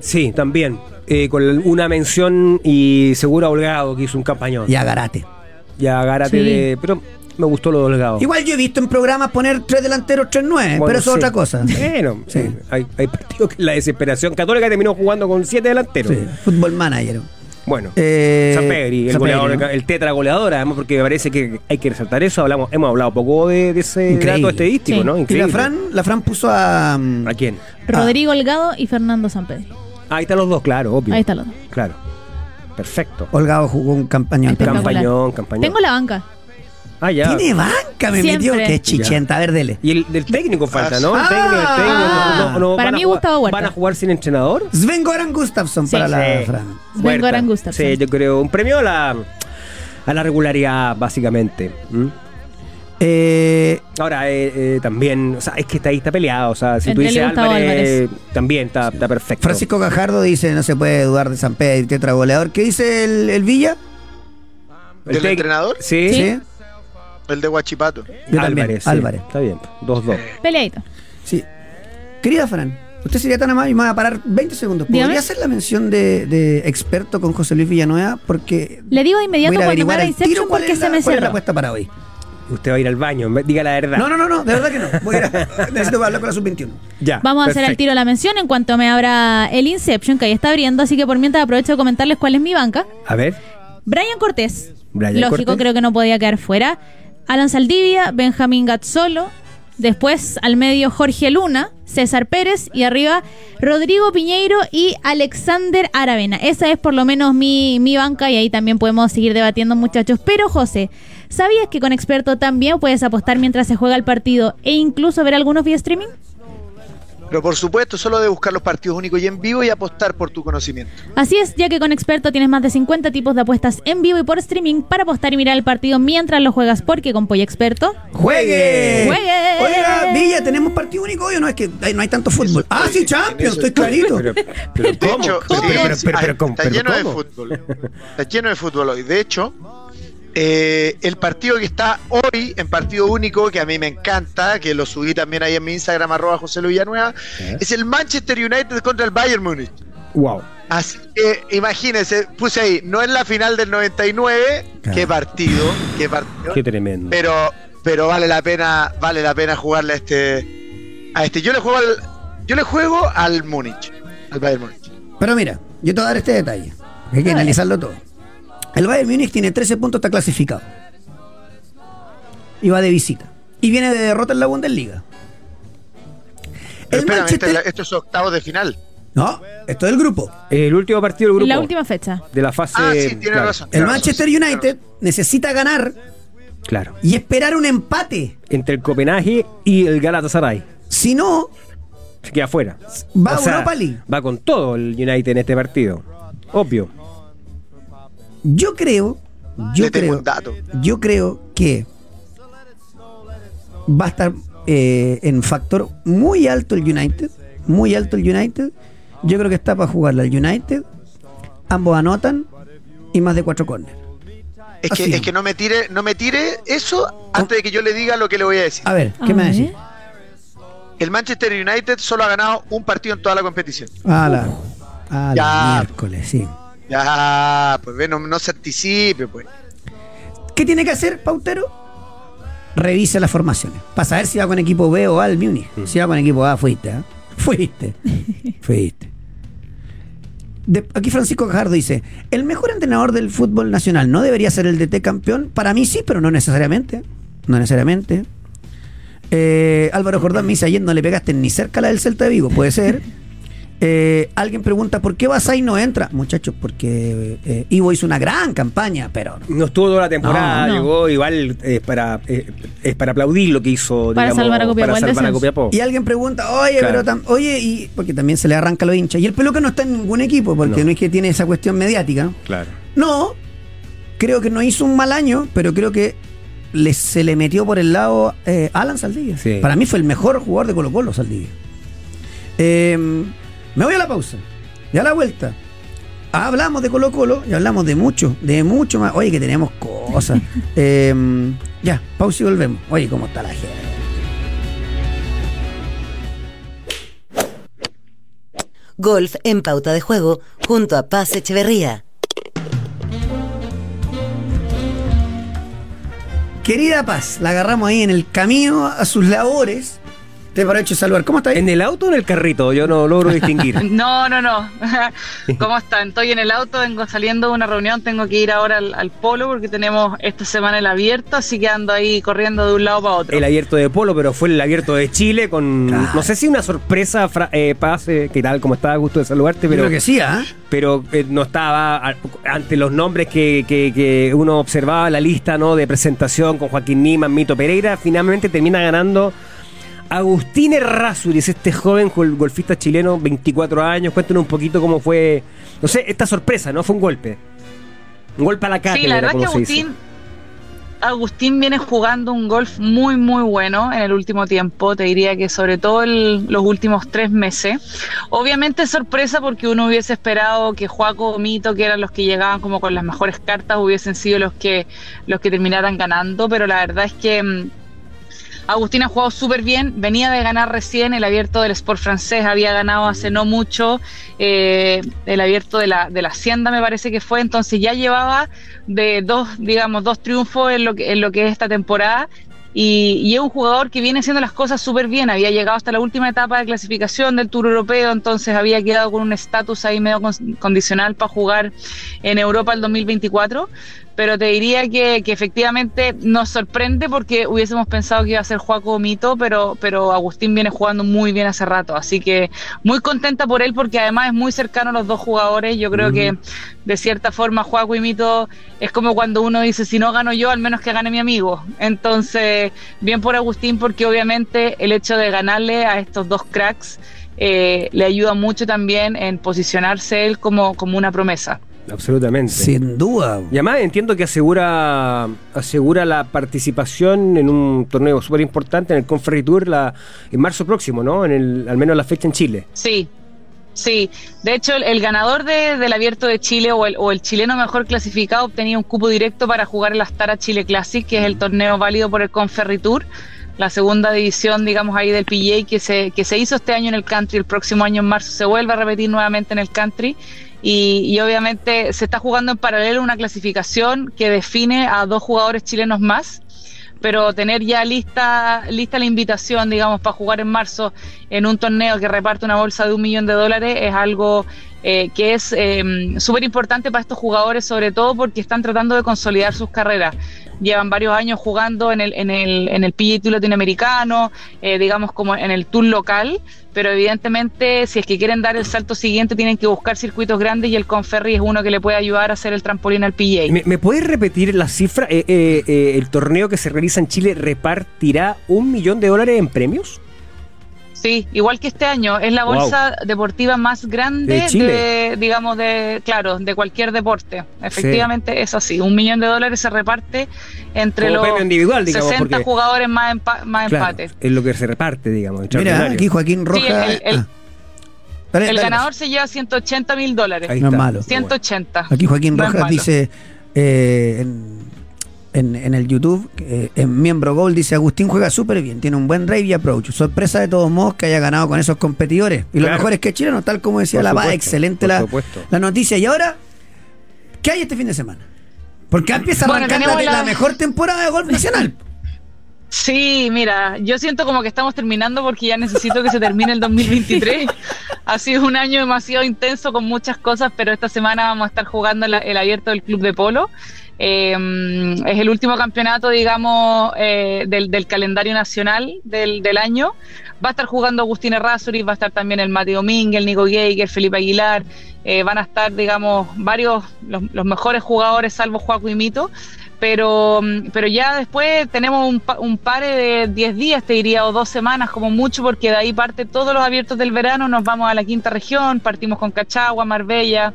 Sí, también. Eh, con una mención y seguro a Holgado, que hizo un campañón. Y a Garate. Ya, agárrate Sí. de. Pero me gustó lo de Holgado. Igual yo he visto en programas poner tres delanteros, tres 9, Bueno, pero eso es sí. otra cosa. Bueno, Sí. sí. Hay, hay partidos que la desesperación católica terminó jugando con siete delanteros. Sí, Fútbol manager. Bueno. Eh, San Pedri, el, San Pedri, goleador, ¿no? el tetra goleador, además, porque me parece que hay que resaltar eso. Hablamos, hemos hablado poco de, de ese Increíble. dato estadístico, Sí. ¿no? Y la Increíble. Fran, la Fran puso a. mm, ¿A quién? Rodrigo Holgado y Fernando Sampedri. Ahí están los dos, claro, obvio. Ahí están los dos. Claro. Perfecto. Holgado jugó un campañón. Espectacular. Campañón, campañón. Tengo la banca. Ah, ya. Tiene banca, me Siempre. metió. Que chichenta. A ver, dele. Y el del técnico falta, ¿no? El Ah. técnico, el técnico. No, no, no, Para van a mí jugar- Gustavo Huerta. ¿Van a jugar sin entrenador? Sven Goran Gustafsson Sí. para la Sí. Fran. Sven Huerta. Goran Gustafsson. Sí, yo creo. Un premio a la, a la regularidad, básicamente. ¿Mm? Eh, Ahora, eh, eh, también, o sea, es que está ahí está peleado. O sea, si tú Entre él y dices Gustavo Álvarez, también está, está perfecto. Francisco Gajardo dice: No se puede dudar de San Pedro, tetragoleador. ¿Qué dice el, el Villa? El ¿Del tec- entrenador? Sí. El de Guachipato. Yo también, Álvarez. sí. Álvarez. Está bien. 2-2. Peleadito. Sí. Querida Fran, usted sería tan amable y me va a parar 20 segundos. ¿Podría Dígame. hacer la mención de, de experto con José Luis Villanueva? Porque. Le digo de inmediato voy a ir a cuando me averiguar haga al tiro Inception cuál porque es se la- cuál me es la cerró. apuesta para hoy. Usted va a ir al baño, me- diga la verdad. No, no, no, no, de verdad que no. Voy a ir a- necesito hablar con la sub-21. Ya. Vamos a hacer al perfecto. tiro la mención en cuanto me abra el Inception, que ahí está abriendo, así que por mientras aprovecho de comentarles cuál es mi banca. A ver. Brian Cortés. Brian Lógico, Cortés. creo que no podía quedar fuera. Alan Saldivia, Benjamín Gazzolo. Después al medio Jorge Luna, César Pérez y arriba Rodrigo Piñeiro y Alexander Aravena. Esa es por lo menos mi, mi banca y ahí también podemos seguir debatiendo muchachos. Pero José, ¿sabías que con experto también puedes apostar mientras se juega el partido e incluso ver algunos vía streaming? Pero por supuesto, solo de buscar los partidos únicos y en vivo y apostar por tu conocimiento. Así es, ya que con Experto tienes más de 50 tipos de apuestas en vivo y por streaming para apostar y mirar el partido mientras lo juegas, porque con Pollo Experto. ¡Juegue! ¡Juegue! Oiga, Villa, tenemos partido único hoy o no es que hay- no hay tanto fútbol. Ah, sí, Champions, estoy clarito. Pero, pero De ¿cómo? hecho, Pero, sí, pero, pero, sí, pero, pero, ah, ¿cómo? está ¿Pero lleno de cómo? fútbol. eh. Está lleno de fútbol hoy. De hecho, eh, el partido que está hoy en partido único, que a mí me encanta, que lo subí también ahí en mi Instagram, arroba José Luis Villanueva, ¿Eh? es el Manchester United contra el Bayern Múnich. Wow. Así que imagínense, puse ahí, no es la final del 99, Claro. qué partido, qué partido. Qué tremendo. pero pero vale la pena vale la pena jugarle a este a este yo le juego al yo le juego al Múnich al Bayern Múnich Pero mira, yo te voy a dar este detalle. Hay que A ver. analizarlo todo. El Bayern Múnich tiene 13 puntos, está clasificado. Y va de visita. Y viene de derrota en la Bundesliga. Pero El espérame, esta Manchester... es la- este- estos son octavos de final No, esto es el grupo. El último partido del grupo. La última fecha. De la fase. ah sí tiene claro, razón El tiene Manchester razón, sí, United necesita ganar Claro. y esperar un empate. Entre el Copenhague y el Galatasaray. Si no, Se queda afuera. Va Europa League. Va con todo el United en este partido. Obvio. yo creo, yo Le tengo creo, un dato. yo creo que va a estar eh, en factor muy alto el United, muy alto el United. Yo creo que está para jugarla el United. Ambos anotan y más de cuatro corners. claro. es que Así. es que no me tire no me tire eso antes de que yo le diga lo que le voy a decir A ver, ¿qué me A va a ver. decir? el Manchester United solo ha ganado un partido en toda la competición A la, a la Ya. miércoles, sí. ya pues ve, no, no se anticipe pues ¿Qué tiene que hacer Pautero? Revisa las formaciones. Para saber si va con equipo B o A al Múnich. Si va con equipo A, fuiste. ¿ah? Fuiste. fuiste. De- aquí Francisco Cajardo dice: El mejor entrenador del fútbol nacional no debería ser el DT campeón. Para mí sí, pero no necesariamente. No necesariamente. Eh, Álvaro Jordán me dice, ayer no le pegaste ni cerca a la del Celta de Vigo, puede ser. Eh, alguien pregunta, ¿por qué Basay no entra? Muchachos, porque eh, Ivo hizo una gran campaña, pero... No estuvo toda la temporada, No, no. llegó igual eh, para, eh, es para aplaudir lo que hizo, Para digamos, salvar a Copiapó para del salvar a descenso. Copiapó. Y alguien pregunta, oye, Claro. pero tam- oye, y porque también se le arranca a los hinchas. Y el peluca no está en ningún equipo, porque No. no, es que tiene esa cuestión mediática. Claro. No, creo que no hizo un mal año, pero creo que le- se le metió por el lado eh, Alan Saldivia. Sí. Para mí fue el mejor jugador de Colo Colo, Saldivia. Eh, me voy a la pausa. Y a la vuelta. Hablamos de Colo Colo y hablamos de mucho, de mucho más. Oye, que tenemos cosas. Eh, ya, pausa y volvemos. Oye, ¿cómo está la gente? Golf en Pauta de Juego junto a Paz Echeverría. Querida Paz, la agarramos ahí en el camino a sus labores. Te para hecho saludar. ¿Cómo está ahí? ¿En el auto o en el carrito? Yo no logro distinguir. No, no, no. ¿Cómo están? Estoy en el auto, vengo saliendo de una reunión, tengo que ir ahora al, al polo porque tenemos esta semana el abierto, así que ando ahí corriendo de un lado para otro. el abierto de Polo, pero fue el abierto de Chile con... Claro. No sé si una sorpresa, Fra- eh, Paz, eh, ¿qué tal? ¿Cómo estás? Gusto de saludarte, Yo pero... creo que sí, ¿ah? pero eh, no estaba a- ante los nombres que, que- que uno observaba la lista ¿no? de presentación con Joaquín Niman, Mito Pereira, finalmente termina ganando Agustín Errázuriz, este joven gol- golfista chileno, 24 años, cuéntanos un poquito cómo fue, no sé, esta sorpresa, ¿no? Fue un golpe. Un golpe a la cara. Sí, la verdad que Agustín, Agustín viene jugando un golf muy, muy bueno en el último tiempo, te diría que sobre todo el- los últimos tres meses. Obviamente es sorpresa porque uno hubiese esperado que Juaco o Mito, que eran los que llegaban como con las mejores cartas, hubiesen sido los que, los que terminaran ganando, pero la verdad es que... mm, Agustín ha jugado súper bien, venía de ganar recién el abierto del Sport francés, había ganado hace no mucho eh, el abierto de la, de la Hacienda, me parece que fue, entonces ya llevaba de dos, digamos, dos triunfos en lo que, en lo que es esta temporada. Y, y es un jugador que viene haciendo las cosas súper bien, había llegado hasta la última etapa de clasificación del Tour Europeo, entonces había quedado con un estatus ahí medio con- condicional para jugar en Europa el 2024, pero te diría que, que efectivamente nos sorprende porque hubiésemos pensado que iba a ser Juaco o Mito, pero, pero Agustín viene jugando muy bien hace rato, así que muy contenta por él porque además es muy cercano a los dos jugadores, yo creo que de cierta forma Juaco y Mito es como cuando uno dice, si no gano yo, al menos que gane mi amigo. Entonces, bien por Agustín porque obviamente el hecho de ganarle a estos dos cracks eh, le ayuda mucho también en posicionarse él como, como una promesa. Absolutamente. Sin duda. Y además entiendo que asegura asegura la participación en un torneo súper importante en el Conferry Tour la, en marzo próximo, ¿no? En el, al menos la fecha en Chile. Sí, sí. De hecho, el, el ganador de- del Abierto de Chile o el, o el chileno mejor clasificado obtenía un cupo directo para jugar el Astara Chile Classic, que es el torneo válido por el Conferri Tour, la segunda división, digamos, ahí del PGA que se, que se hizo este año en el country. El próximo año en marzo se vuelve a repetir nuevamente en el country. Y, y obviamente se está jugando en paralelo una clasificación que define a dos jugadores chilenos más pero tener ya lista, lista la invitación, digamos, para jugar en marzo en un torneo que reparte una bolsa de un millón de dólares es algo eh, que es eh, súper importante para estos jugadores, sobre todo porque están tratando de consolidar sus carreras. Llevan varios años jugando en el, en el, en el PGA Tour latinoamericano, eh, digamos como en el tour local, pero evidentemente si es que quieren dar el salto siguiente tienen que buscar circuitos grandes y el Conferri es uno que le puede ayudar a hacer el trampolín al PGA. ¿Me, me puedes repetir la cifra? Eh, eh, eh, ¿El torneo que se realiza en Chile repartirá un millón de dólares en premios? Sí, igual que este año, es la Wow. bolsa deportiva más grande De Chile. de, digamos, de, claro, de cualquier deporte. Efectivamente es así, un millón de dólares se reparte entre Como los premio individual, digamos, 60 porque- jugadores más, empa- más Claro, empate. es lo que se reparte, Mira, digamos. ah, extraordinario. aquí Joaquín Roja. el- el- Ah. Dale, pues. El dale, ganador se lleva 180 mil Ahí dólares. No es está. malo. Qué bueno. 180. Aquí Joaquín No es Rojas malo. dice eh, en, en- en el YouTube, eh, en miembro Gold, dice Agustín juega súper bien, tiene un buen drive y approach. Sorpresa de todos modos que haya ganado con esos competidores. Y Claro. lo mejor es que chileno, tal como decía Por la Paz, supuesto, excelente por la, supuesto. la noticia. Y ahora, ¿qué hay este fin de semana? Porque empieza a Bueno, arrancar la- tenemos la, la- mejor temporada de golf nacional. Sí, mira, yo siento como que estamos terminando porque ya necesito que se termine el 2023. Ha sido un año demasiado intenso con muchas cosas, pero esta semana vamos a estar jugando la- el abierto del Club de Polo. Eh, es el último campeonato, digamos, eh, del, del calendario nacional del, del año. Va a estar jugando Agustín Errázuriz, va a estar también el Mati Domínguez, el Nico Geiger, Felipe Aguilar. Eh, van a estar, digamos, varios, los, los mejores jugadores, salvo Juaco y Mito pero, mm, pero ya después tenemos un, pa- un par de 10 días, te diría, o dos semanas como mucho, porque de ahí parte todos los abiertos del verano, nos vamos a la quinta región, partimos con Cachagua, Marbella,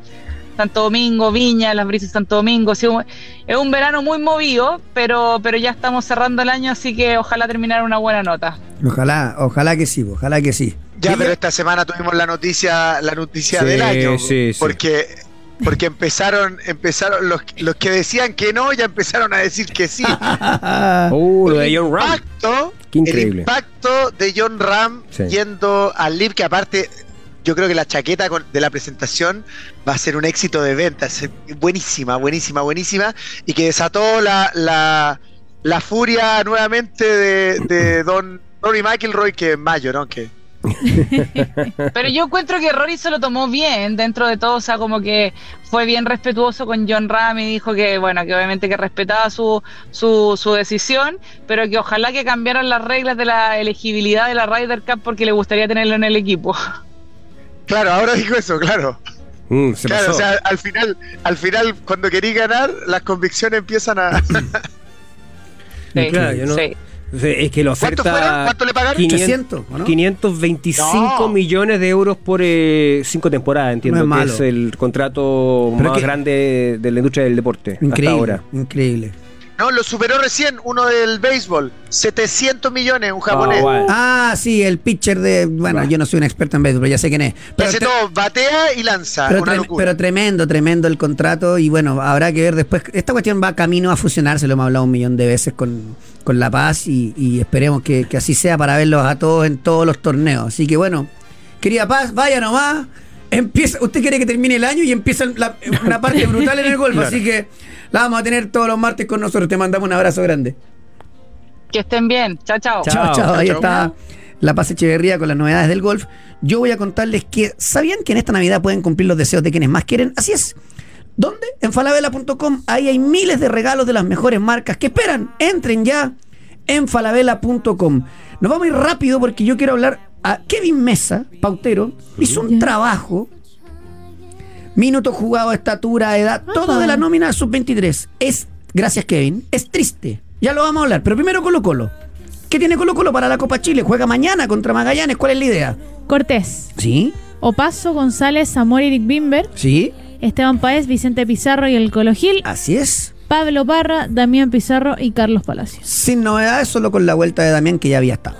Santo Domingo, Viña, Las Brisas Santo Domingo, sí, un- es un verano muy movido, pero, pero ya estamos cerrando el año, así que ojalá terminar una buena nota. Ojalá, ojalá que sí, ojalá que sí. Ya, Ella- pero esta semana tuvimos la noticia, la noticia Sí, del año. sí, sí. Porque, porque empezaron, empezaron los, los que decían que no, ya empezaron a decir que sí. Ah. Uh, lo de John Ram. impacto, Qué El increíble. impacto de John Ram Sí. yendo al Live, que aparte yo creo que la chaqueta con- de la presentación va a ser un éxito de ventas. eh, Buenísima, buenísima, buenísima. Y que desató la, la, la furia nuevamente de, de Don Rory McIlroy, que en mayo, ¿no? Que Pero yo encuentro que Rory se lo tomó bien dentro de todo, o sea, como que fue bien respetuoso con John Ram y dijo que, bueno, que obviamente que respetaba su, su, su decisión, pero que ojalá que cambiaran las reglas de la elegibilidad de la Ryder Cup porque le gustaría tenerlo en el equipo. Claro, ahora dijo eso, claro. Mm, se claro, pasó. o sea, al final, al final, cuando querís ganar, las convicciones empiezan a. Sí, Claro, yo no- sí. O sea, es que la oferta. ¿Cuánto fueron? ¿Cuánto le pagaron? 800, ¿o no? 525 No. millones de euros por eh, cinco temporadas, No es entiendo que malo. es el contrato Pero más que- grande de la industria del deporte Increíble, hasta ahora. increíble. No, lo superó recién uno del béisbol. 700 millones, un japonés. Ah, bueno. Ah, sí, el pitcher de. Bueno, yo no soy un experto en béisbol, pero ya sé quién es. Que Pero, hace tre- todo, batea y lanza. pero una trem- locura. pero tremendo, tremendo el contrato. Y bueno, habrá que ver después. Esta cuestión va camino a fusionarse, lo hemos hablado un millón de veces con, con La Paz. Y, y esperemos que, que así sea para verlos a todos en todos los torneos. Así que bueno, querida Paz, vaya nomás. Empieza, usted quiere que termine el año y empieza la- una parte brutal en el golf. Así que la vamos a tener todos los martes con nosotros. Te mandamos un abrazo grande. Que estén bien. Chao, chao. Chao. Chao, chao. Ahí Chao, está La Paz Echeverría con las novedades del golf. Yo voy a contarles que, ¿sabían que en esta Navidad pueden cumplir los deseos de quienes más quieren? Así es. ¿Dónde? En falabella.com. Ahí hay miles de regalos de las mejores marcas que esperan. Entren ya en falabella.com. Nos vamos a ir rápido porque yo quiero hablar a Kevin Mesa, pautero. Hizo un trabajo. Minutos jugados, estatura, edad, todo de la nómina sub-23. Es, gracias Kevin, es triste. Ya lo vamos a hablar, pero primero Colo Colo. ¿Qué tiene Colo Colo para la Copa Chile? Juega mañana contra Magallanes. ¿Cuál es la idea? Cortés, Sí, Opaso, González, Zamora, Eric Bimber, sí, Esteban Paez, Vicente Pizarro y el Colo Gil, así es. Pablo Parra, Damián Pizarro y Carlos Palacios. Sin novedades, solo con la vuelta de Damián que ya había estado.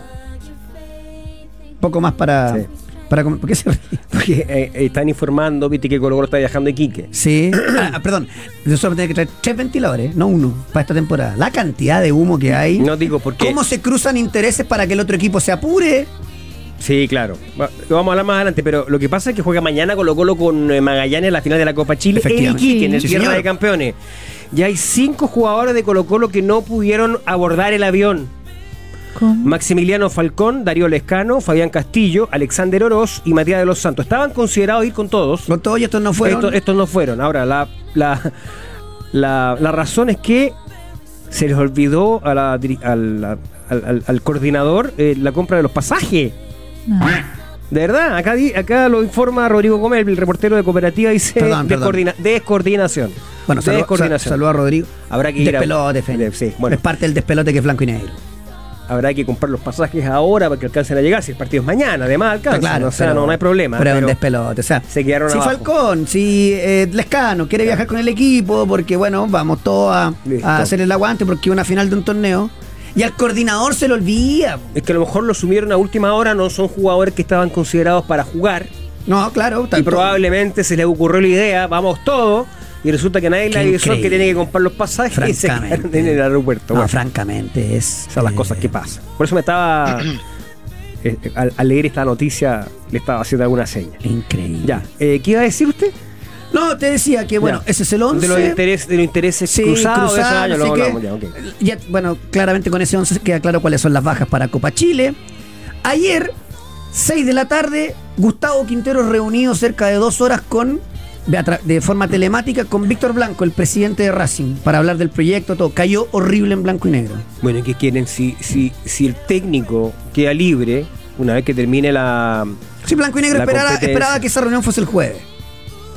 Poco más para. Sí. para com- ¿Por qué se ríe? Porque eh, están informando, viste, que Colo Colo está viajando a Iquique. Sí. Ah, perdón, yo solo tengo que traer tres ventiladores, no uno, para esta temporada. La cantidad de humo que hay. No digo porque. ¿Cómo se cruzan intereses para que el otro equipo se apure? Sí, claro. Va- Lo vamos a hablar más adelante, pero lo que pasa es que juega mañana Colo Colo con eh, Magallanes en la final de la Copa Chile en Efectivamente. Iquique, en el Sí, Tierra señor. de Campeones. Ya hay cinco jugadores de Colo Colo que no pudieron abordar el avión. ¿Cómo? Maximiliano Falcón, Darío Lescano, Fabián Castillo, Alexander Oroz y Matías de los Santos. Estaban considerados ir con todos. Con todo y estos no fueron. Estos, estos no fueron. Ahora, la, la, la, la razón es que se les olvidó a la diri- al, al- al- al coordinador eh, la compra de los pasajes. No. Ah. De verdad, acá, di- acá lo informa Rodrigo Gómez, el reportero de Cooperativa, dice Perdón, perdón. descoordina- descoordinación. bueno, saludo, descoordinación. saludo a Rodrigo. Habrá que ir a- despelote, Fede. de- sí, bueno. Es parte del despelote que es blanco y negro. Habrá que comprar los pasajes ahora para que alcancen a llegar. Si el partido es mañana, además alcanza. Está Ah, claro, o sea, pero- no, no hay problema. Pero, es un pero- despelote. O sea, se quedaron si abajo. Falcón, si eh, Lescano quiere viajar con el equipo, porque bueno, vamos todos a, Listo. a hacer el aguante porque es una final de un torneo. Y al coordinador se lo olvida. es que a lo mejor lo sumieron a última hora, no son jugadores que estaban considerados para jugar. No, claro. Y tanto- probablemente se les ocurrió la idea, vamos todos, y resulta que nadie Qué la avisó que increíble. tiene que comprar los pasajes y se quedaron Francamente. en el No, aeropuerto. Bueno, francamente, es. esas son las eh, cosas que pasan. Por eso me estaba. eh, al, al leer esta noticia, le estaba haciendo alguna seña. Increíble. Ya, eh, ¿qué iba a decir usted? No, te decía que bueno, Ya. ese es el 11. De los intereses, de los intereses Sí, cruzados, de esos cruzado, años, no lo sé hablamos qué. ya, ok. Ya, bueno, claramente con ese 11 queda claro cuáles son las bajas para Copa Chile. Ayer, 6 de la tarde, Gustavo Quintero reunido cerca de dos horas con de atra- de forma telemática con Víctor Blanco, el presidente de Racing, para hablar del proyecto, todo. Cayó horrible en blanco y negro. Bueno, ¿y qué quieren? Si, si, si el técnico queda libre, una vez que termine la. Sí, blanco y negro La esperara, competencia. esperaba que esa reunión fuese el jueves.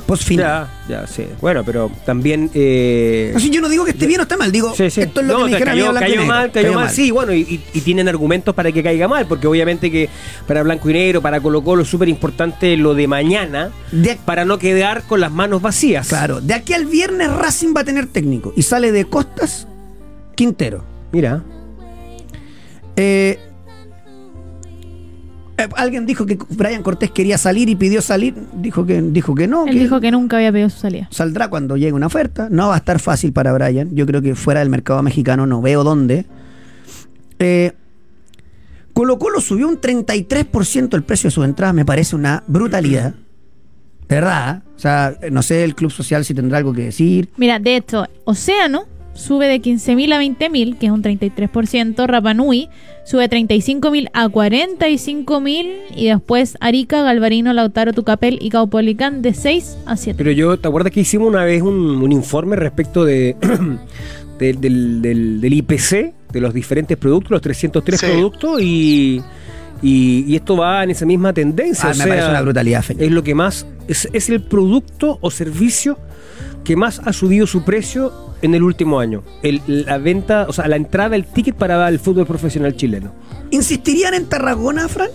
Post final. Ya, ya, sí. Bueno, pero también. eh, Así yo no digo que esté bien o esté mal, digo, sí, sí. esto es lo que No, me te dijeron a mí de cayó, blanco y cayó negro. mal, cayó, mal, sí, bueno, y, y- y tienen argumentos para que caiga mal, porque obviamente que para Blanco y Negro, para Colo Colo, es súper importante lo de mañana, De- para no quedar con las manos vacías. Claro, de aquí al viernes Racing va a tener técnico y sale de Costas Quintero. Mira, Eh, eh, alguien dijo que Brian Cortés quería salir y pidió salir, dijo que dijo que no, Él dijo que nunca había pedido su salida. saldrá cuando llegue una oferta. No va a estar fácil para Brian. Yo creo que fuera del mercado mexicano no veo dónde. Eh, Colo Colo subió un 33% el precio de sus entradas. Me parece una brutalidad. De verdad. ¿eh? O sea, no sé el Club Social si tendrá algo que decir. Mira, de hecho, Océano sube de 15.000 a 20.000, que es un 33%. Rapanui sube de 35.000 a 45.000. Y después Arica, Galvarino, Lautaro, Tucapel y Caupolicán de 6 a 7. pero yo, ¿te acuerdas que hicimos una vez un, un informe respecto de, del- del, del- del IPC, de los diferentes productos, los 303 Sí. productos, y, y, y esto va en esa misma tendencia? Ah, o me parece sea, una brutalidad, Felipe. es lo que más es, es el producto o servicio que más ha subido su precio en el último año. El- la venta, o sea, la entrada, el ticket para el fútbol profesional chileno. ¿Insistirían en Tarragona, Fran?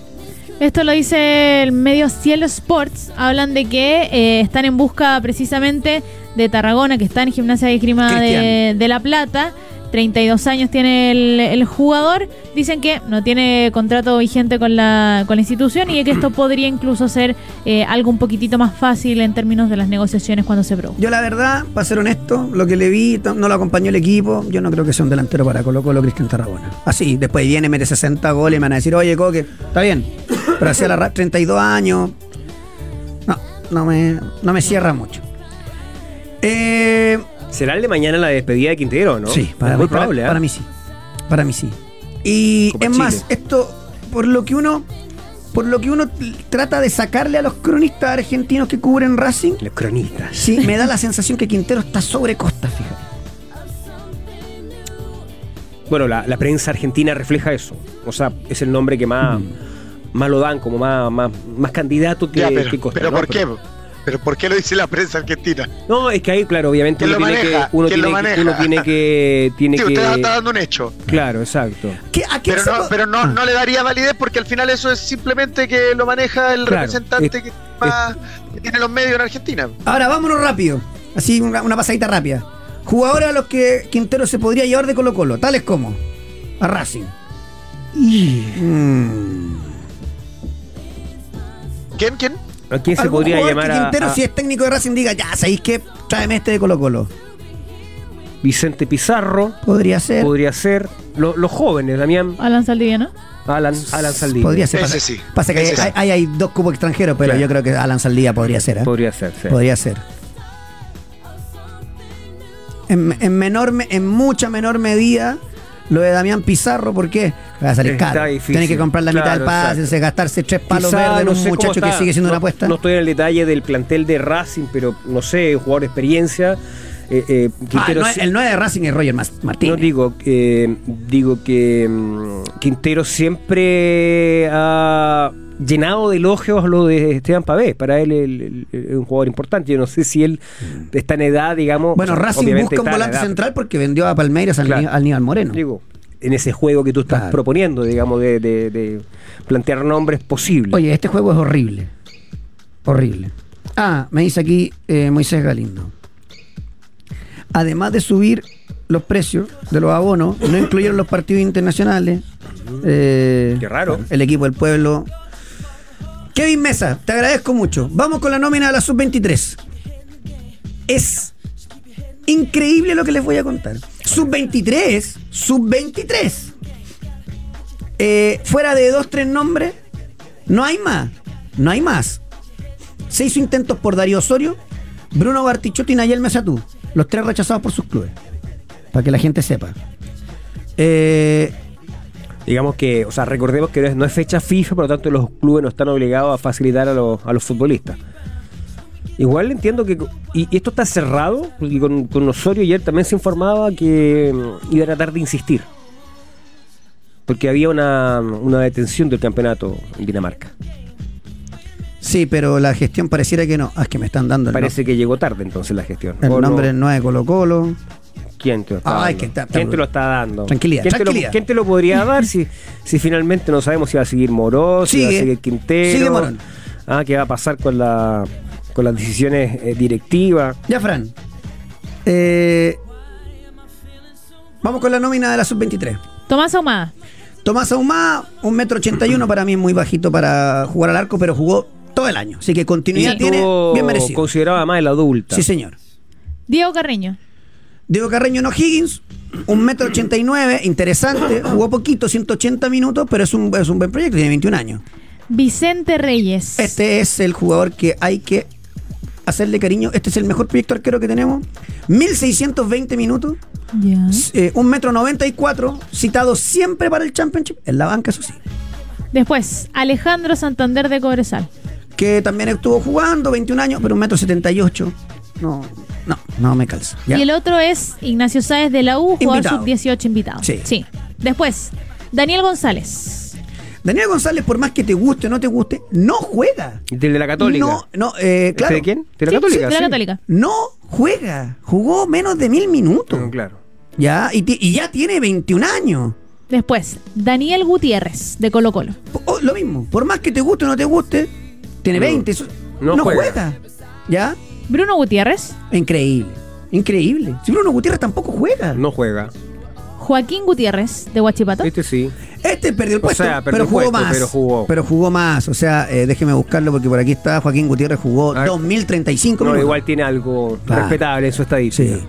Esto lo dice el medio Cielo Sports. Hablan de que eh, están en busca precisamente de Tarragona, que está en Gimnasia de Esgrima de, Cristian. de La Plata. 32 años tiene el, el jugador. Dicen que no tiene contrato vigente con la, con la institución y que esto podría incluso ser eh, algo un poquitito más fácil en términos de las negociaciones cuando se produzca. Yo la verdad, para ser honesto, lo que le vi, to- no lo acompañó el equipo, yo no creo que sea un delantero para Colo Colo Cristian Tarragona. Así, después viene, mete 60 goles y me van a decir, oye, Coque, está bien, pero hacía la ra- 32 años. No, no me, no me cierra mucho. Eh, ¿Será el de mañana la despedida de Quintero, no? Sí, Es para, muy mí, para- probable. ¿eh? para mí sí. Para mí sí. Y Copa es Chile. más, esto, por lo que uno, por lo que uno t- trata de sacarle a los cronistas argentinos que cubren Racing, Los cronistas. Sí, me da la sensación que Quintero está sobre Costa, fíjate. Bueno, la, la prensa argentina refleja eso. O sea, es el nombre que más, Mm. más lo dan, como más, más, más candidato que, Ya, que pero, Costa, pero ¿no? ¿por qué? Pero, ¿por qué lo dice la prensa argentina? No, es que ahí, claro, obviamente ¿Quién uno lo tiene, que, maneja? uno, ¿Quién lo tiene que, maneja? uno tiene que... Tiene Sí, que usted está dando un hecho. Claro, exacto. ¿Qué- a qué Pero se no, po- pero no, no le daría validez porque al final eso es simplemente que lo maneja el Claro, representante es- que, más- que tiene los medios en Argentina. Ahora vámonos rápido. Así, una, una pasadita rápida. Jugadores a los que Quintero se podría llevar de Colo Colo, tales como a Racing. Mm. ¿Quién? ¿Quién? ¿A quién se Algún podría jugador llamar que a- Quintero, a, si es técnico de Racing, diga, ya, ¿sabéis qué? Tráeme este de Colo Colo. Vicente Pizarro? Podría ser. Podría ser lo- los jóvenes, Damián, Alan Saldivia, Alan, Alan Saldí. Podría ser. Ese Pasa, sí. pasa que hay, Ese sí. hay- hay- hay dos cupos extranjeros, pero Claro. yo creo que Alan Saldía podría ser. ¿eh? Podría ser, sí. Podría ser. En, en menor, me- en mucha menor medida, lo de Damián Pizarro, ¿por qué? Va a salir Está caro. difícil. Tiene que comprar la Claro, mitad del pase, exacto. gastarse tres palos Quizá, verdes en no un sé cómo muchacho que está, sigue siendo no- una apuesta. No estoy en el detalle del plantel de Racing, pero no sé, jugador de experiencia. eh, eh, Ah, el Quintero nue- sí- el 9 de Racing es Roger Mas- no Martínez. digo, eh, digo que mm, Quintero siempre ha llenado de elogios lo de Esteban Pavé. Para él el- el- el- es un jugador importante. Yo no sé si él está en edad, Mm. digamos. bueno, o sea, Racing obviamente busca un está en volante edad, central porque vendió a Palmeiras al, Claro. Ni- al Aníbal Moreno. Digo, en ese juego que tú estás Claro. proponiendo, digamos, de, de- de plantear nombres posibles. Oye, este juego es horrible. Horrible. Ah, me dice aquí eh, Moisés Galindo. Además de subir los precios de los abonos, no incluyeron los partidos internacionales. Eh, Qué raro. El equipo del pueblo. Kevin Mesa, te agradezco mucho. Vamos con la nómina de la sub-23. Es increíble lo que les voy a contar. Sub-23, sub-23. Eh, fuera de dos, tres nombres, no hay más. No hay más. Se hizo intentos por Darío Osorio, Bruno Bartichotto y Nayel Mesatú. Los tres rechazados por sus clubes. Para que la gente sepa. Eh, Digamos que, o sea, recordemos que no es, no es fecha FIFA, por lo tanto los clubes no están obligados a facilitar a los, a los futbolistas. Igual entiendo que. Y, y esto está cerrado, porque con, con Osorio ayer también se informaba que mm, iba a tratar de insistir. Porque había una, una detención del campeonato en Dinamarca. sí, pero la gestión pareciera que no. Ah, es que me están dando el, no- Parece que llegó tarde entonces la gestión. el ¿O no? nombre no es Colo Colo. ¿Quién te lo Ay, está dando? que está- está ¿Quién te brutal. lo está dando? Tranquilidad, ¿Quién, Te tranquilidad. lo, quién te lo podría dar si, si finalmente no sabemos si va a seguir Moró, si va a Sigue. seguir Quintero? Sigue Morón. Ah, ¿Qué va a pasar con, la, con las decisiones eh, directivas? Ya, Fran. Eh, vamos con la nómina de la sub-23. Tomás Ahumada. Tomás Ahumá, un metro ochenta y uno para mí es muy bajito para jugar al arco, pero jugó todo el año. Así que continuidad tiene estuvo bien merecido. considerado además el adulta. Sí, señor. Diego Carreño. Diego Diego Carreño no Higgins, un metro ochenta y nueve, interesante, jugó poquito, 180 minutos, pero es un, es un buen proyecto, tiene 21 años. Vicente Reyes. Este es el jugador que hay que hacerle cariño. Este es el mejor proyecto arquero que tenemos. 1620 minutos, Ya. eh, un metro noventa y cuatro, citado siempre para el Championship, en la banca, eso sí. Después, Alejandro Santander de Cobresal. que también estuvo jugando, 21 años, pero un metro 78. No, no, no me calza. Ya. Y el otro es Ignacio Sáez de la U, jugador Invitado. sub-18 invitado. Sí. Después, Daniel González. Daniel González, por más que te guste o no te guste, no juega. Del de la Católica. No, no, eh, ¿Este claro. ¿De quién? De la Sí, Católica. sí, de la Católica. No juega. Jugó menos de mil minutos. Mm, claro. Ya, y, ti- y ya tiene 21 años. Después, Daniel Gutiérrez de Colo Colo. Po- o- lo mismo, por más que te guste o no te guste, tiene No. 20. eso- No no juega. juega. ¿Ya? Bruno Gutiérrez. Increíble. Increíble. Si Bruno Gutiérrez tampoco juega. No juega. Joaquín Gutiérrez de Huachipato. Este sí. Este perdió el O puesto, sea, perdió pero el jugó puesto, más. pero jugó. más. O sea, eh, déjeme buscarlo porque por aquí está Joaquín Gutiérrez jugó A ver. 2035 No, minutos. igual tiene algo Claro. respetable en su estadística. Sí.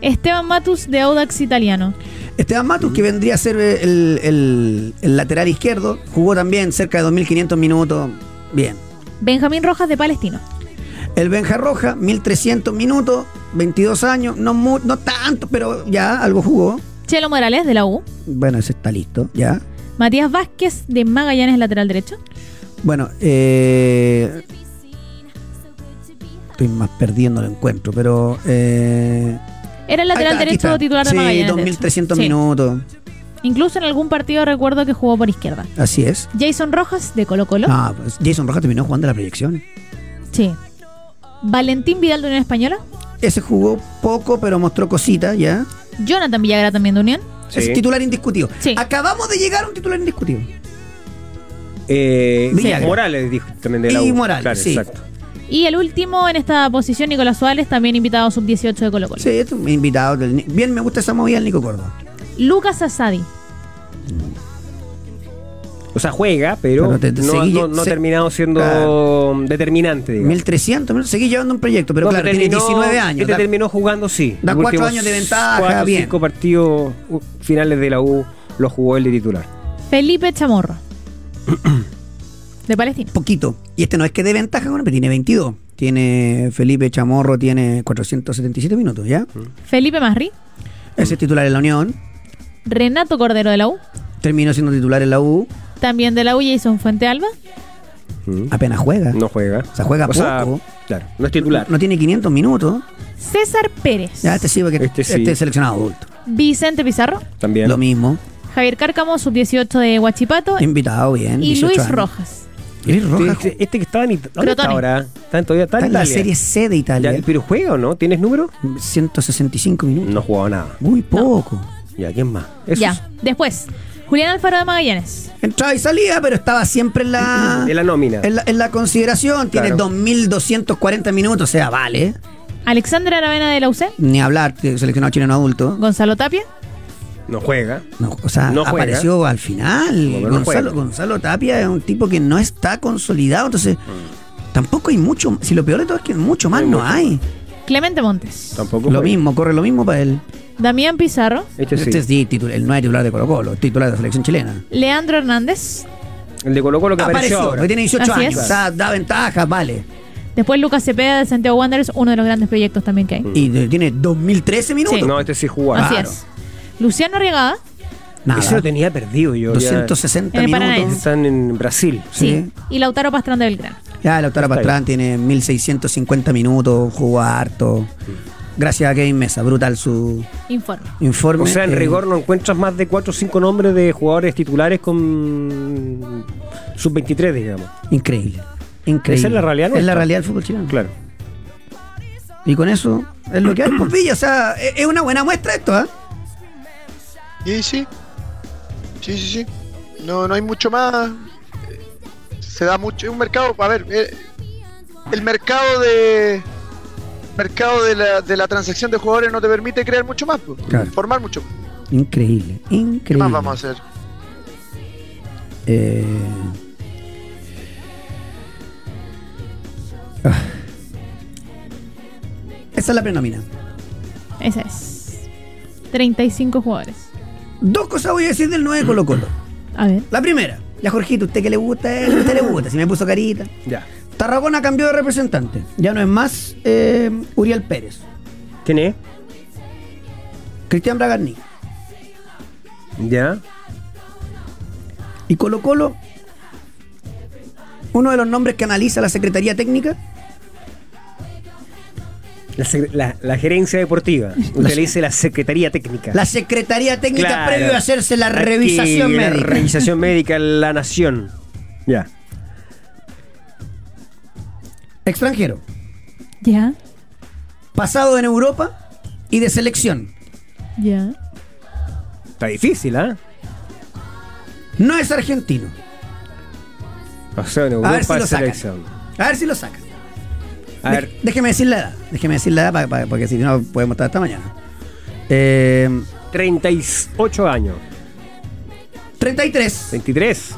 Esteban Matus de Audax Italiano. Esteban Matus, que vendría a ser eh, el, el- el lateral izquierdo, jugó también cerca de 2500 minutos. Bien. Benjamín Rojas de Palestino. El Benja Roja, 1300 minutos, 22 años, no, mu- no tanto, pero ya algo jugó. Chelo Morales de la U. Bueno, ese está listo, ya. Matías Vázquez de Magallanes lateral derecho. Bueno, eh, estoy más perdiendo el encuentro, pero... eh, Era el lateral Ahí derecho está, aquí está. titular de sí, Magallanes. de hecho. 2300 Sí. minutos. Incluso en algún partido recuerdo que jugó por izquierda. Así es. Jason Rojas de Colo Colo. Ah, pues Jason Rojas terminó jugando la proyección. Sí. Valentín Vidal de Unión Española. Ese jugó poco, pero mostró cositas ya. Jonathan Villagra también de Unión. Es Sí. titular indiscutido. Sí. Acabamos de llegar a un titular indiscutido. Eh, Villagra. Morales dijo también de la U. Y Morales, Claro, sí. exacto. Y el último en esta posición, Nicolás Suárez, también invitado sub-18 de Colo Colo. Sí, este es un invitado. del Ni- Bien, me gusta esa movida del Nico Córdoba. Lucas Asadi. O sea, juega, pero, Pero te- te no, seguí- no- no ha se- terminado siendo Claro. determinante. digamos. 1300, mil- seguí llevando un proyecto, pero No, claro, que tiene terminó- 19 que años. te da- terminó jugando, sí. da Los cuatro últimos años de ventaja, cuatro, bien. cinco partidos uh, finales de la U los jugó el de titular. Felipe Chamorro. de Palestina. poquito. Y este no es que de ventaja, bueno, pero tiene 22. Tiene Felipe Chamorro, tiene 477 minutos, ¿ya? Mm. Felipe Masri. Ese es titular en la Unión. Renato Cordero de la U. Terminó siendo titular en la U. También de la U, Jason Fuente Alba. Mm. Apenas juega. No juega. O sea, juega O sea, poco. claro, no es titular. No tiene 500 minutos. César Pérez. Ya, este sí, porque Este este, sí. es seleccionado adulto. Vicente Pizarro. También. Lo mismo. Javier Cárcamo, sub-18 de Huachipato. Invitado, bien. Y 18 Luis años. Rojas. Luis Rojas Este, este que estaba en Italia. ¿Dónde está Crotone. ahora? Está en, todavía, está en está en la Italia. Serie C de Italia. Ya, ¿Pero juega o no? ¿Tienes número? 165 minutos. No jugaba nada. Muy poco. Ya, ¿quién más? Eso Ya. es Después, Julián Alfaro de Magallanes. Entraba y salía, pero estaba siempre en la, De la nómina. en la, en la consideración. Tiene Claro. 2.240 minutos. O sea, vale. Alexandra Aravena de la UC. Ni hablar, que seleccionado chileno adulto. Gonzalo Tapia. No juega. No, o sea, No juega. apareció al final. No, pero no Gonzalo, juega. Gonzalo Tapia es un tipo que no está consolidado, entonces tampoco hay mucho. Si lo peor de todo es que mucho más Mm. Hay no mucho. hay. Clemente Montes. Tampoco Lo juega. mismo, corre lo mismo para él. Damián Pizarro. Este sí. Este es di- titul- el no es titular de Colo Colo, titular de la selección chilena. Leandro Hernández. El de Colo Colo que apareció, Apareció, ahora. porque tiene 18 Así años. es. O sea, da ventaja, vale. Después Lucas Cepeda de Santiago Wanderers, uno de los grandes proyectos también que hay. Y de- tiene 2013 minutos. Sí. No, este sí jugaba. Así claro. es. Luciano Arriagada, Nada. Ese lo tenía perdido yo. ya. 260 En el minutos. Paranaense. Están en Brasil. sí. Y Lautaro Pastrán de Belgrano. Ya, Lautaro Está Pastrán tiene 1650 minutos, jugó harto. Gracias a Kevin Mesa, brutal su Informe. informe. O sea, en Eh, rigor no encuentras más de 4 o 5 nombres de jugadores titulares con sub-23, digamos. Increíble. Increíble. Esa es la realidad Es la nuestra. realidad del fútbol chileno. Claro. Y con eso es lo que hay, pues, Villa. O sea, es es una buena muestra esto, ¿ah? Y sí. Sí, sí, sí. No, no hay mucho más. Se da mucho. Es un mercado. A ver, eh, el mercado de. Mercado de la, de la transacción de jugadores no te permite crear mucho más, pues, Claro. formar mucho. más. Increíble. Increíble. ¿Qué más vamos a hacer? Eh. Ah. Esa es la prenomina. Esa es. 35 jugadores. Dos cosas voy a decir del 9 Colo Colo. A ver. La primera, ya Jorgito, ¿usted que le gusta? eh? ¿Usted le gusta? Si me puso carita. Ya. Tarragona cambió de representante. Ya no es más eh, Uriel Pérez. ¿Quién es? Cristian Bragarni. Ya. Y Colo Colo, uno de los nombres que analiza la Secretaría Técnica, La, sec- la- la gerencia deportiva. Usted le dice la secretaría técnica. la Secretaría Técnica Claro. previo a hacerse la Aquí, revisación la médica. revisación médica en la nación. Ya. Extranjero. Ya, Pasado en Europa y de selección. ya. Está difícil, ¿ah? No es argentino. O sea, en A ver si Europa lo sacan. selección. A ver si lo sacan. A ver, Dej- Déjeme decir la edad. Déjeme decir la edad pa- pa- porque si no podemos estar hasta mañana. Eh, 38 años. 33. 23.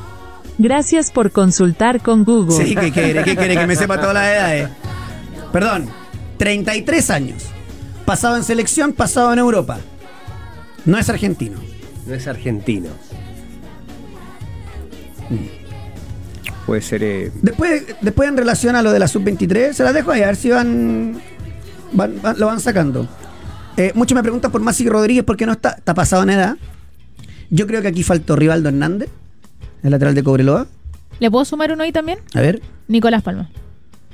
Gracias por consultar con Google. Sí, que quiere, que quiere que me sepa todas las edades. Perdón, 33 años. Pasado en selección, pasado en Europa. No es argentino. No es argentino. Puede ser. eh, Después, después en relación a lo de la sub-23, se las dejo ahí, a ver si van, van- van- lo van sacando. Eh, muchos me preguntan por Masi Rodríguez por qué no está, está pasado en edad. Yo creo que aquí faltó Rivaldo Hernández, el lateral de Cobreloa. ¿Le puedo sumar uno ahí también? A ver, Nicolás Palma.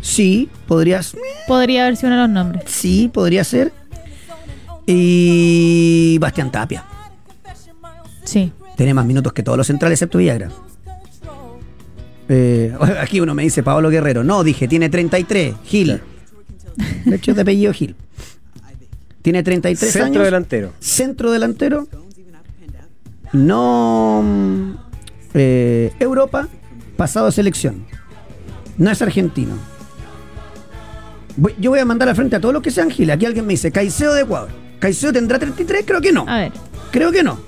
sí, podrías... Podría haber sido uno de los nombres. Sí, podría ser. Y Bastián Tapia. Sí. Tiene más minutos que todos los centrales, excepto Villagra. Eh, aquí uno me dice Pablo Guerrero. No, dije, tiene 33. Gil. De hecho, es de apellido Gil. Tiene 33 centro años. delantero. Centro delantero. No. mm, eh, Europa, pasado a selección. No es argentino. Voy- yo voy a mandar al frente a todos los que sean Gil. Aquí alguien me dice, Caicedo de Ecuador. ¿Caicedo tendrá 33? Creo que no. A ver. Creo que no.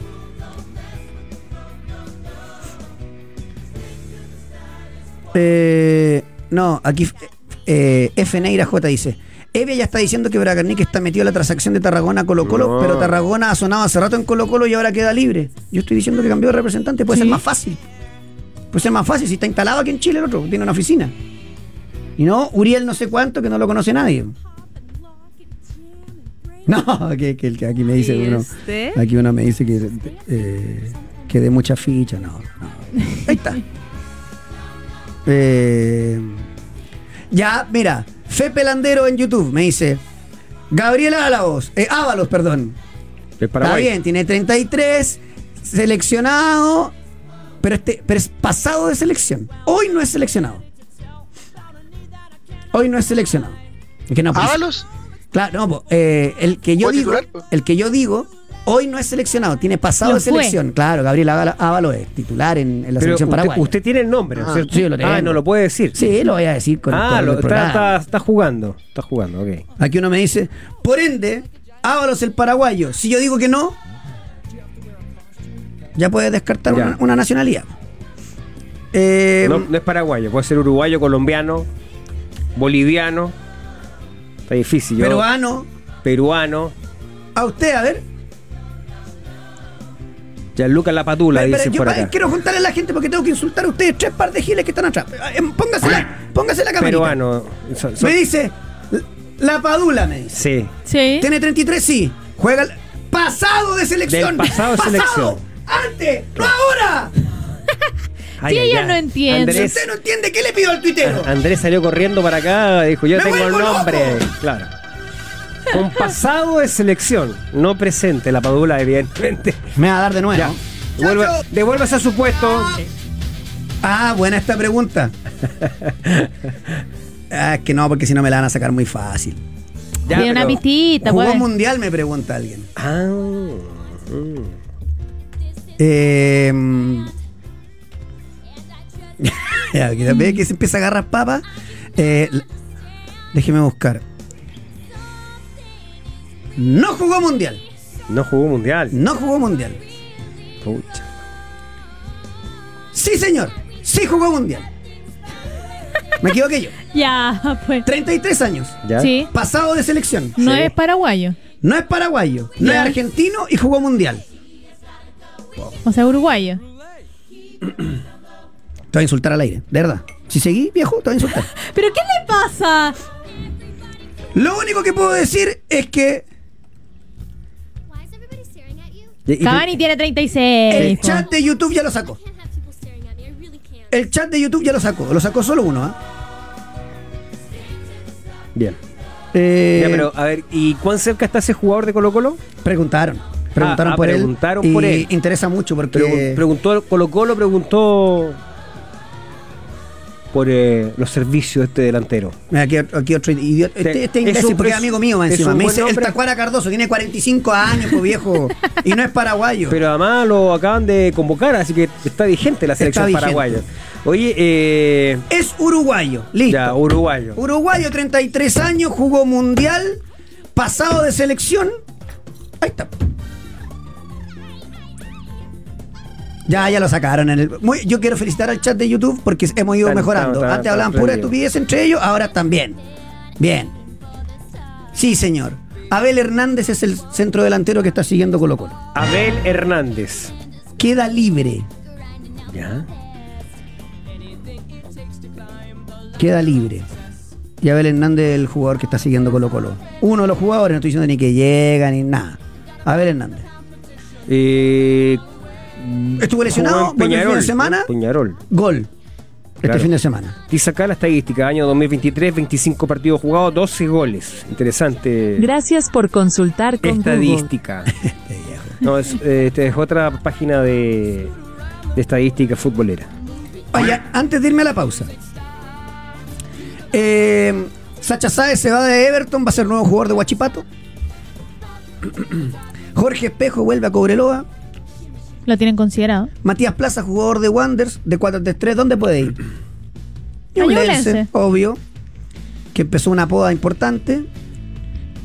Eh, no, aquí eh, F. Neira J dice. Evia ya está diciendo que Bragarnik está metido en la transacción de Tarragona a Colo Colo, No. pero Tarragona ha sonado hace rato en Colo Colo y ahora queda libre. Yo estoy diciendo que cambió de representante, puede ser Sí. más fácil. Puede ser más fácil si está instalado aquí en Chile el otro, tiene una oficina. Y no, Uriel no sé cuánto, que no lo conoce nadie. No, que, que el que aquí me dice ¿Y uno. este? Aquí uno me dice que, eh, que de mucha ficha, no. no. Ahí está. Eh, ya, mira, Fepe Landero en YouTube me dice. Gabriel Ábalos, eh, Ábalos, perdón. De Paraguay. Está bien, tiene 33, seleccionado, pero, este, pero es pasado de selección. Hoy no es seleccionado. Hoy no es seleccionado. Que no, pues, ¿Ábalos? Claro, no, po, eh, el que yo ¿Fue digo, titular, po? el que yo digo, hoy no es seleccionado, tiene pasado Lo de selección. Claro, Gabriel Ávalo- Ávalo es titular en, en la Pero selección usted, paraguaya. usted tiene el nombre, ¿no es Ah, cierto? sí, lo tengo. Ah, no lo puede decir. Sí, lo voy a decir con ah, con lo- el está, está- programa. Eh, está jugando. Está jugando, ok. Aquí uno me dice, por ende, Ábalos el paraguayo. Si yo digo que no, ya puedes descartar Ya. Una, una nacionalidad. Eh, No, no es paraguayo, puede ser uruguayo, colombiano, boliviano. Está difícil. yo- peruano, peruano. a usted, a ver. Gianluca La Patula, Pero- pero dicen yo por pa- acá. quiero juntarle a la gente porque tengo que insultar a ustedes tres par de giles que están atrás. Eh, Póngase la, póngase la camarita. Peruano. son- son- Me dice, la Padula me dice. Sí. Sí. Tiene 33, sí. Juega el pasado de selección. Del pasado de selección. Antes, no ahora. Ay, ay, Sí, ella ay. no entiende. Si Andrés, usted no entiende, ¿qué le pido al tuitero? Andrés salió corriendo para acá, dijo, yo ¡Me tengo el vuelvo nombre. loco! Claro. Con pasado de selección, no presente la Padula, evidentemente. Me va a dar de nuevo. Ya. Vuelve, devuélvase a su puesto. Ah, buena esta pregunta. ah, es que no, porque si no me la van a sacar muy fácil. Ya, Tiene una pero- pistita, ¿Jugó pues. mundial? Me pregunta alguien. Ah, mm. Eh, ya, que ve que se empieza a agarrar papa. Eh, l- déjeme buscar. No jugó mundial. no jugó mundial. No jugó mundial. Pucha. Sí, señor. Sí jugó mundial. Me equivoqué yo. Ya, pues. 33 años. ¿Ya? Sí. Pasado de selección. No Sí. es paraguayo. No es paraguayo. No es Ya. argentino y jugó mundial. O sea, uruguayo. Te voy a insultar al aire, de verdad. Si seguí, viejo, te voy a insultar. ¿Pero qué le pasa? Lo único que puedo decir es que Why is everybody staring at you? Y- y- Cavani tiene 36. el po. chat de YouTube ya lo sacó. I can't have people staring at me. I really can't. El chat de YouTube ya lo sacó. Lo sacó solo uno, ¿ah? Bien. Eh, Ya, pero, a ver, ¿y cuán cerca está ese jugador de Colo Colo? Preguntaron. Preguntaron Ah, ah, por él. preguntaron y por él. interesa mucho porque. Preguntó, Colo Colo preguntó por eh, los servicios de este delantero. Mira, aquí, aquí otro idiota. Este, este inglés Es un- porque es es- amigo mío, más es encima. un Me buen dice el hombre. Tacuara Cardoso, tiene 45 años, pues viejo. y no es paraguayo. Pero además lo acaban de convocar, así que está vigente la Está selección vigente. paraguaya. Oye, eh, es uruguayo. Listo. ya, uruguayo. Uruguayo, 33 años, jugó mundial, pasado de selección. Ahí está. Ya, ya lo sacaron. En el, muy- yo quiero felicitar al chat de YouTube porque hemos ido Tan, mejorando. tan, tan, Antes hablaban tan pura prendido. estupidez entre ellos, ahora también. Bien. Sí, señor. Abel Hernández es el centro delantero que está siguiendo Colo Colo. Abel Hernández. Queda libre. Ya. Queda libre. Y Abel Hernández el jugador que está siguiendo Colo Colo. Uno de los jugadores, no estoy diciendo ni que llega ni nada. Abel Hernández. Eh, Estuvo lesionado, jugó en volvió el fin de Peñarol, semana. Peñarol. Gol. Este Claro. fin de semana. Dice acá la estadística, año 2023, 25 partidos jugados, 12 goles. Interesante Gracias por consultar con Google. estadística. Este no, es, eh, esta es otra página de, de estadística futbolera. Oye, antes de irme a la pausa. Eh, Sacha Sáez se va de Everton, va a ser nuevo jugador de Huachipato. Jorge Espejo vuelve a Cobreloa. Lo tienen considerado. Matías Plaza, jugador de Wanders, de 4-3-3, ¿dónde puede ir? A Ñublense, Ñublense. obvio, que empezó una poda importante.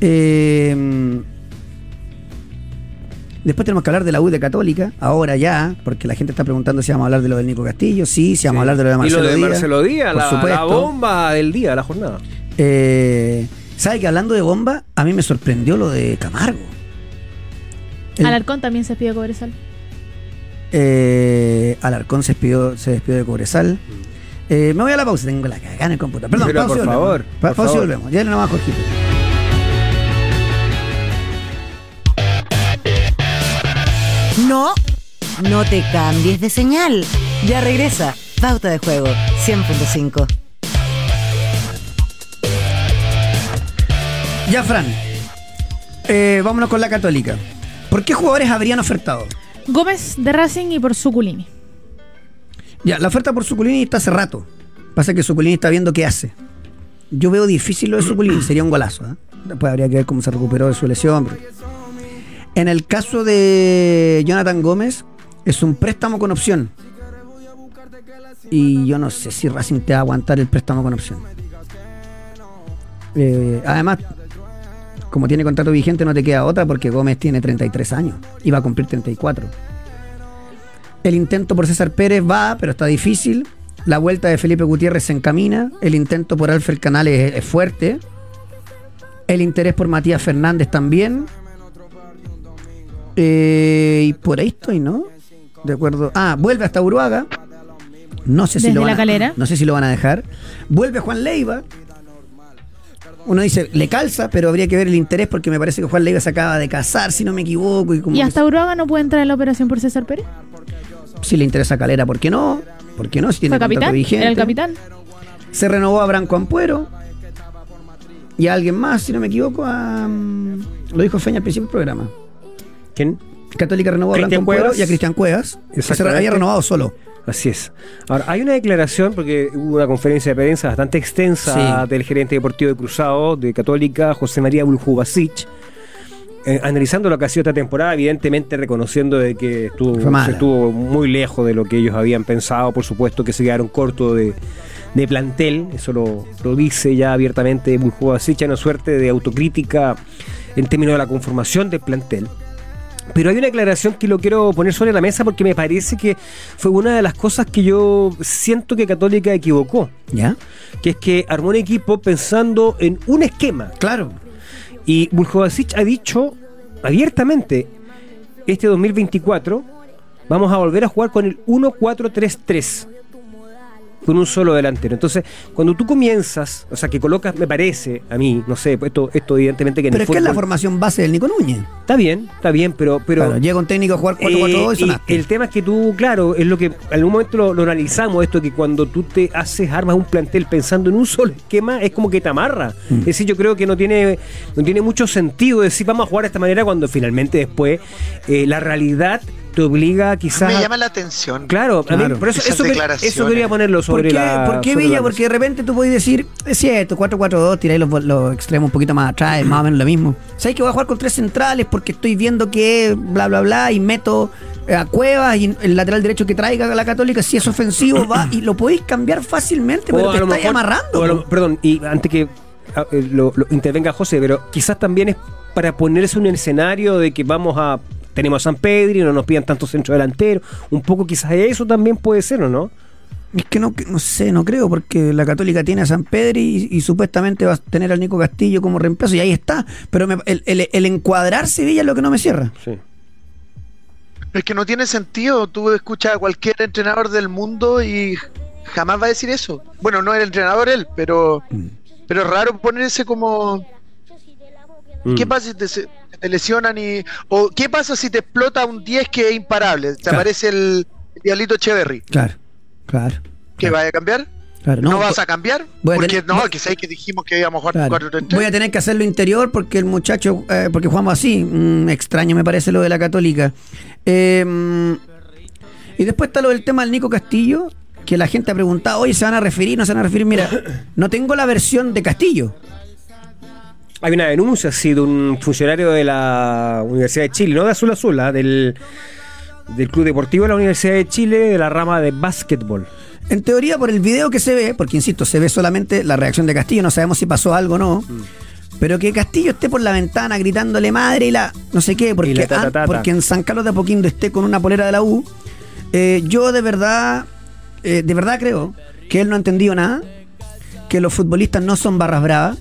Eh, después tenemos que hablar de la U de Católica, ahora ya, porque la gente está preguntando si vamos a hablar de lo del Nico Castillo, sí, si vamos a hablar de lo de Marcelo y lo de Díaz, Marcelo Díaz, por la, supuesto. la bomba del día, la jornada. Eh, ¿Sabe que hablando de bomba, a mí me sorprendió lo de Camargo? El- Alarcón también se pide Cobresal. Eh, Alarcón se despidió, se despidió de Cobresal. Eh, me voy a la pausa, tengo la cagada en el computador. Perdón, Mm. Pero, pausa y por volvemos. favor, Pa- por pausa y favor. volvemos. Ya nomás, Jorgito. No, no te cambies de señal. Ya regresa. Pauta de juego 100.5. Ya, Fran. Eh, vámonos con la Católica. ¿Por qué jugadores habrían ofertado? Gómez de Racing y por Suculini. Ya, la oferta por Suculini está hace rato. Pasa que Suculini está viendo qué hace. Yo veo difícil lo de Suculini, sería un golazo. ¿ah? Después habría que ver cómo se recuperó de su lesión. pero- En el caso de Jonathan Gómez, es un préstamo con opción. Y yo no sé si Racing te va a aguantar el préstamo con opción. Eh, además, como tiene contrato vigente, no te queda otra porque Gómez tiene 33 años y va a cumplir 34. El intento por César Pérez va, pero está difícil. La vuelta de Felipe Gutiérrez se encamina. El intento por Alfred Canales es, es fuerte. El interés por Matías Fernández también. Eh, y por ahí estoy, ¿no? de acuerdo. Ah, vuelve hasta Uruaga. No sé si Desde lo van la a- calera. no sé si lo van a dejar. Vuelve Juan Leiva. Uno dice, le calza, pero habría que ver el interés porque me parece que Juan Leiva se acaba de casar, si no me equivoco. Y, como ¿Y que hasta Uruaga no puede entrar en la operación por César Pérez? si le interesa a Calera, ¿por qué no? ¿Por qué no? Si tiene ¿Fue contrato capitán? vigente. ¿Era el capitán? Se renovó a Branco Ampuero. Y a alguien más, si no me equivoco, a, mm, lo dijo Feña al principio del programa. ¿Quién? Católica renovó a Branco Cristian Ampuero Cuevas. y a Cristian Cuevas. que se re- Exactamente. había renovado solo. Así es. Ahora, hay una declaración, porque hubo una conferencia de prensa bastante extensa Sí. del gerente deportivo de Cruzado, de Católica, José María Buljubasic, eh, analizando lo que ha sido esta temporada, evidentemente reconociendo de que estuvo, Fue mala. se estuvo muy lejos de lo que ellos habían pensado, por supuesto que se quedaron cortos de, de plantel, eso lo, lo dice ya abiertamente Buljubasic, hay una suerte de autocrítica en términos de la conformación del plantel. Pero hay una aclaración que lo quiero poner sobre la mesa porque me parece que fue una de las cosas que yo siento que Católica equivocó, ¿Ya? que es que armó un equipo pensando en un esquema. Claro. Y Buljovacic ha dicho abiertamente, este 2024 vamos a volver a jugar con el 1-4-3-3, con un solo delantero. Entonces, cuando tú comienzas, o sea, que colocas, me parece, a mí, no sé, esto, esto evidentemente que en Pero el es que es la fútbol- formación base del Nico Núñez. Está bien, está bien, pero... pero Claro, llega un técnico a jugar 4-4-2 y eh, sonaste. el tema es que tú, claro, es lo que en algún momento lo, lo analizamos, esto que cuando tú te haces, armas un plantel pensando en un solo esquema, es como que te amarra. Mm. Es decir, yo creo que no tiene, no tiene mucho sentido decir vamos a jugar de esta manera cuando finalmente después eh, la realidad te obliga quizás... me a- llama la atención. Claro, a mí- Claro. por eso, Esas eso, quer- declaraciones. eso quería ponerlo ¿Por sobre qué, la... ¿Por qué sobre Villa? la Porque de repente tú podés decir, es cierto, 4-4-2, tiráis los, los extremos un poquito más atrás, es más o menos lo mismo. Sabéis que voy a jugar con tres centrales porque estoy viendo que bla, bla, bla, y meto eh, a Cuevas y el lateral derecho que traiga la Católica, si es ofensivo, va y lo podéis cambiar fácilmente, pero O te a lo estáis mejor- amarrando. o a lo- po. perdón, y antes que ah, eh, lo, lo intervenga José, pero quizás también es para ponerse un escenario de que vamos a. Tenemos a San Pedro y no nos pidan tanto centro delantero. Un poco quizás eso también puede ser, ¿o no? Es que no, no sé, no creo, porque la Católica tiene a San Pedro y, y supuestamente va a tener al Nico Castillo como reemplazo, y ahí está. Pero me- el, el, el encuadrarse Villa es lo que no me cierra. Sí. Es que no tiene sentido. Tú escuchas a cualquier entrenador del mundo y jamás va a decir eso. Bueno, no era entrenador él, pero, Mm. pero es raro ponerse como. Mm. Mm. ¿Qué pasa si te, se- te lesionan y. o qué pasa si te explota un 10 que es imparable? Te Claro. aparece el Diablito Echeverry. Claro, claro. ¿Qué va a cambiar? Claro, ¿No, vas a cambiar? voy a Porque tener- no, voy- que sabéis que dijimos que íbamos a jugar Claro. 4-3-3. Voy a tener que hacerlo interior porque el muchacho, eh, porque jugamos así. Mm, extraño me parece lo de la católica. Eh, mm, y después está lo del tema del Nico Castillo, que la gente ha preguntado, oye, ¿se van a referir? ¿No se van a referir? Mira, no tengo la versión de Castillo. Hay una denuncia, sí, de un funcionario de la Universidad de Chile, no de Azul Azul, ah, del, del Club Deportivo de la Universidad de Chile, de la rama de básquetbol. En teoría, por el video que se ve, porque insisto, se ve solamente la reacción de Castillo, no sabemos si pasó algo o no. Mm. Pero que Castillo esté por la ventana gritándole madre y la no sé qué, porque, la ta, ta, an- ta, ta. porque en San Carlos de Apoquindo esté con una polera de la U. eh, yo de verdad, eh, de verdad creo que él no ha entendido nada, que los futbolistas no son barras bravas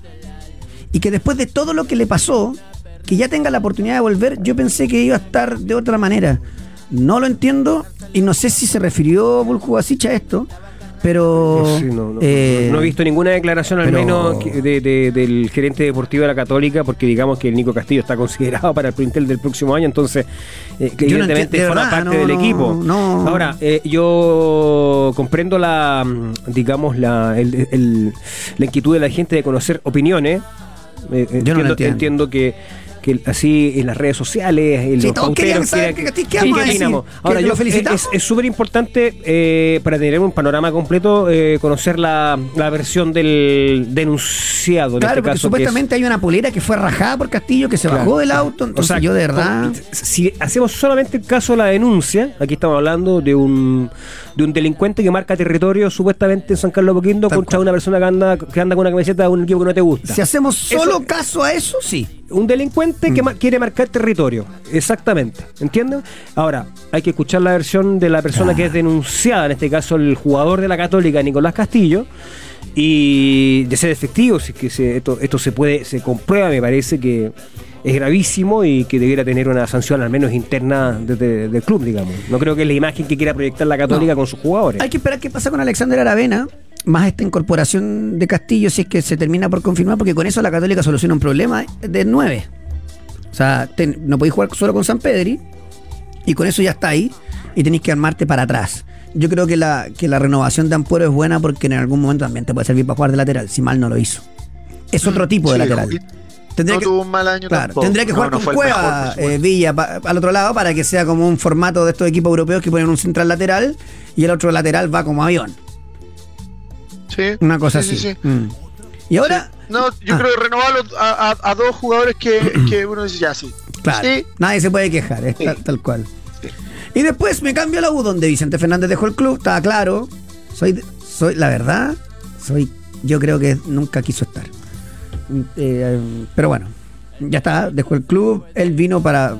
y que después de todo lo que le pasó, que ya tenga la oportunidad de volver, yo pensé que iba a estar de otra manera. No lo entiendo y no sé si se refirió Bulcubasic a esto, pero... No sé, no, no, eh, no he visto ninguna declaración, al pero- menos, que- de- de- del gerente deportivo de la Católica, porque digamos que el Nico Castillo está considerado para el plantel del próximo año, entonces, eh, que Yo no entiendo, evidentemente de forma verdad, parte no, del no, equipo. no. Ahora, eh, yo comprendo la, mm, digamos, la, el- el- la inquietud de la gente de conocer opiniones. Eh, Yo no entiendo, la entiendo. entiendo que, que así en las redes sociales, en Sí, los todos querían pauteros, saber quieran- qué- qué vamos Sí, a qué decir, opinamos. que Ahora, lo yo- eh, felicitamos. es- es- es súper importante eh, para tener un panorama completo eh, conocer la, la versión del denunciado. Claro, en este porque caso, supuestamente hay una polera que fue rajada por Castillo, que se bajó del auto, que es- o entonces sea, yo de verdad... con- si hacemos solamente el caso de la denuncia, aquí estamos hablando de un de un delincuente que marca territorio supuestamente en San Carlos Boquindo Tal contra cual. una persona que anda que anda con una camiseta de un equipo que no te gusta. Si hacemos solo Eso- caso a eso, sí. Un delincuente Mm. que mar- quiere marcar territorio. Exactamente. ¿Entienden? Ahora, hay que escuchar la versión de la persona Ah. que es denunciada, en este caso el jugador de la Católica, Nicolás Castillo. Y de ser efectivo, si es que se- esto, esto se puede, se comprueba, me parece que es gravísimo y que debiera tener una sanción al menos interna desde del club, digamos. No creo que es la imagen que quiera proyectar la Católica No. con sus jugadores. Hay que esperar qué pasa con Alexander Aravena, más esta incorporación de Castillo, si es que se termina por confirmar, porque con eso la Católica soluciona un problema de nueve. O sea, ten- no podéis jugar solo con San Pedri, y con eso ya está ahí, y tenéis que armarte para atrás. Yo creo que la, que la renovación de Ampuero es buena porque en algún momento también te puede servir para jugar de lateral, si mal no lo hizo. Es otro tipo de Mm, Sí, lateral. y Tendría no tuvo un mal año Claro, tampoco. tendría que No, jugar no con fue el mejor, Cueva, por supuesto. eh, Villa, pa- al otro lado, para que sea como un formato de estos equipos europeos que ponen un central lateral y el otro lateral va como avión. Sí, Una cosa sí, sí, así. sí. Mm. Y ahora, No, yo Ah. creo que renovarlo a, a- a dos jugadores que, que uno dice ya sí. claro, Sí, nadie se puede quejar, es Sí. tal, tal cual. Y después me cambio a la U, donde Vicente Fernández dejó el club, estaba claro. Soy, soy la verdad, soy yo creo que nunca quiso estar. Mm, eh, pero bueno, ya está, dejó el club, él vino para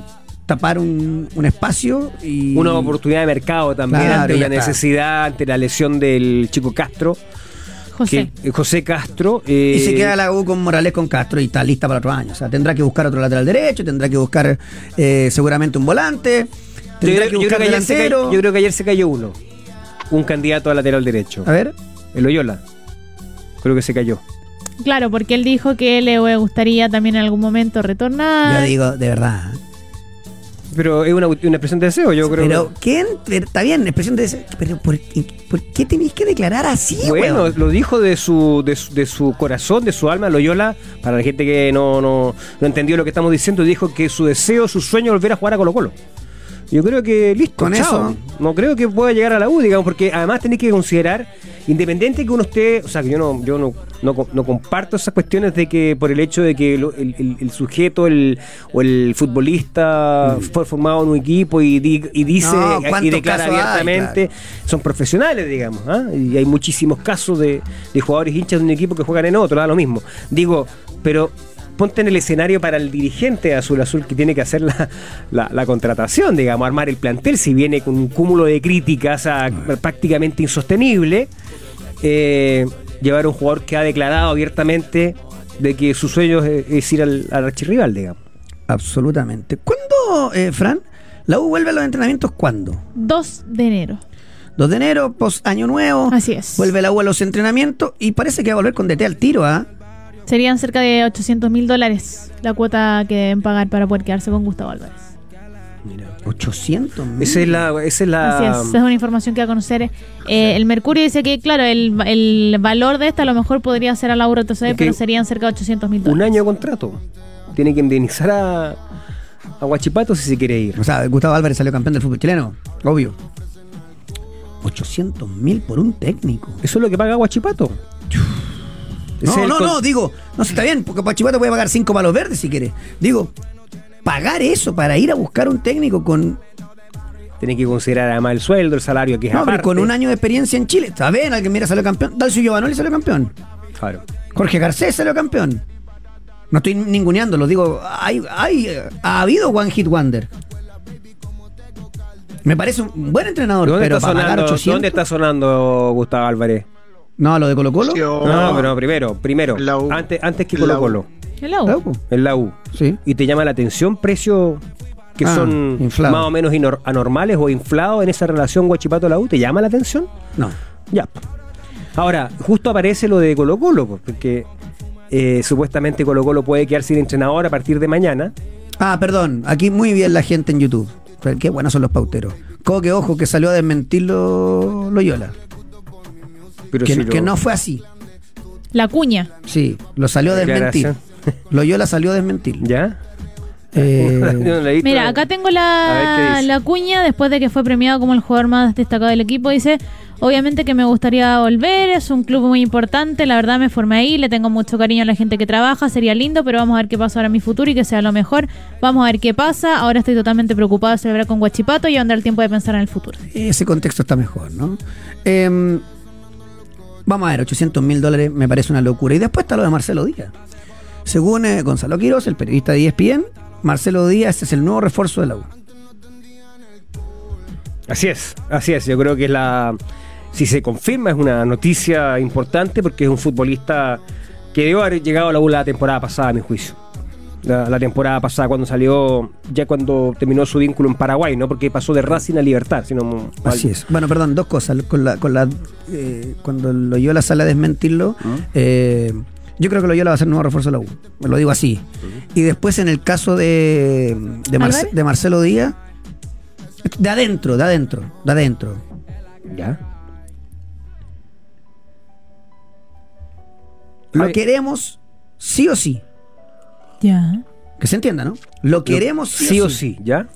tapar un, un espacio y... Una oportunidad de mercado también Claro, ante ya la está. necesidad, ante la lesión del chico Castro, José. que- eh, José Castro. eh, Y se queda la U con Morales, con Castro y está lista para otro año. O sea, tendrá que buscar otro lateral derecho, tendrá que buscar eh, seguramente un volante, yo, tendrá creo- que yo creo buscar que ayer se cayó- delantero. yo creo que ayer se cayó uno, un candidato a lateral derecho, A ver, el Oyola. Creo que se cayó. Claro, porque él dijo que le gustaría también en algún momento retornar. yo digo, de verdad. Pero es una, una expresión de deseo, yo creo. Pero, ¿quién? Pero Está bien, expresión de ese. Pero, ¿por, por qué tenéis que declarar así, Bueno, weón? lo dijo de su, de su de su corazón, de su alma, Loyola, para la gente que no, no, no entendió lo que estamos diciendo, dijo que su deseo, su sueño es volver a jugar a Colo Colo. Yo creo que listo, Con chao. eso. No creo que pueda llegar a la U, digamos, porque además tenés que considerar, independiente que uno esté, o sea, que yo no, yo no, no, co- no comparto esas cuestiones de que por el hecho de que lo- el, el- el sujeto el, o el Mm. futbolista fue formado en un equipo y, di- y dice No, y ¿cuántos declara casos hay? abiertamente, son profesionales, digamos, ¿ah? y hay muchísimos casos de, de jugadores hinchas de un equipo que juegan en otro, da lo mismo. Digo, pero ponte en el escenario para el dirigente azul azul que tiene que hacer la, la- la contratación, digamos, armar el plantel, si viene con un cúmulo de críticas a- prácticamente insostenible, eh, llevar a un jugador que ha declarado abiertamente de que su sueño es, es ir al, al archirrival, digamos. Absolutamente. ¿Cuándo, eh, Fran? ¿La U vuelve a los entrenamientos cuándo? 2 de enero. 2 de enero, post año nuevo. Así es. Oh, Vuelve la U a los entrenamientos y parece que va a volver con DT al tiro, ¿ah? Serían cerca de 800 mil dólares la cuota que deben pagar para poder quedarse con Gustavo Álvarez. Mira. 800. Esa es la... Esa es la Así es, esa es una información que va a conocer eh, el Mercurio. Dice que, claro, el, el valor de esta a lo mejor podría ser a la Euro Es que pero serían cerca de 800 mil un dólares. año de contrato. Tiene que indemnizar a, a Guachipato si se quiere ir. O sea, Gustavo Álvarez salió campeón del fútbol chileno, obvio. 800 mil por un técnico. Eso es lo que paga Guachipato. Ese es No, el no, con- no, digo, no si está bien, porque Pachipato puede pagar 5 palos verdes si quiere. Digo, pagar eso para ir a buscar un técnico con, Tiene que considerar además el sueldo, el salario que es no, pero aparte. con un año de experiencia en Chile. Está bien, alguien mira salió campeón. Dalcio Giovanoli salió campeón. Claro. Jorge Garcés salió campeón. No estoy ninguneando, lo digo, hay, hay, eh, ha habido One Hit Wonder. Me parece un buen entrenador, ¿Dónde, pero está para pagar sonando, 800. ¿Dónde está sonando Gustavo Álvarez? No, lo de Colo Colo. Sí, o- No, pero primero, primero. La U. Antes, antes que Colo La U. Colo. El AU. Claro, pues. En la U. Sí. Y te llama la atención precios que Ah, son inflado. más o menos inor- anormales o inflados en esa relación Guachipato-La U. ¿Te llama la atención? No. Ya. Ahora, justo aparece lo de Colo Colo, porque eh, supuestamente Colo Colo puede quedar sin entrenador a partir de mañana. Ah, perdón. Aquí muy bien la gente en YouTube. Pero Qué buenos son los pauteros. Coque, ojo, que salió a desmentirlo Loyola. Pero Que, si que lo- no fue así. La cuña. Sí, lo salió a desmentir. Loyola salió a desmentir. ¿Ya? Eh, Yo no leí Mira, todo. acá tengo A ver qué la, dice. la cuña después de que fue premiado como el jugador más destacado del equipo. Dice, obviamente que me gustaría volver, es un club muy importante, la verdad me formé ahí, le tengo mucho cariño a la gente que trabaja, sería lindo, pero vamos a ver qué pasa ahora en mi futuro y que sea lo mejor. Vamos a ver qué pasa, ahora estoy totalmente preocupada de celebrar con Guachipato y andar el tiempo de pensar en el futuro. ese contexto está mejor, ¿no? Em, vamos a ver, 800 mil dólares me parece una locura. Y después está lo de Marcelo Díaz. Según eh, Gonzalo Quiroz, el periodista de E ESPN, Marcelo Díaz es el nuevo refuerzo de la U. Así es, así es. Yo creo que es la. Si se confirma, es una noticia importante porque es un futbolista que debe haber llegado a la U la temporada pasada, a mi juicio. La, la temporada pasada cuando salió, ya cuando terminó su vínculo en Paraguay, ¿no? Porque pasó de Racing a Libertad, sino Así es. Bueno, perdón, dos cosas. Con la, con la, eh, cuando lo oyó la sala desmentirlo, eh, yo creo que Loyola va a ser nuevo refuerzo de la U. Me lo digo así. Y después en el caso de, de, Marce- ¿Álvarez? de Marcelo Díaz, de adentro, de adentro, de adentro. Ya. Lo Ay. queremos sí o sí. Ya. Que se entienda, ¿no? Lo queremos sí, Sí o sí, ¿ya?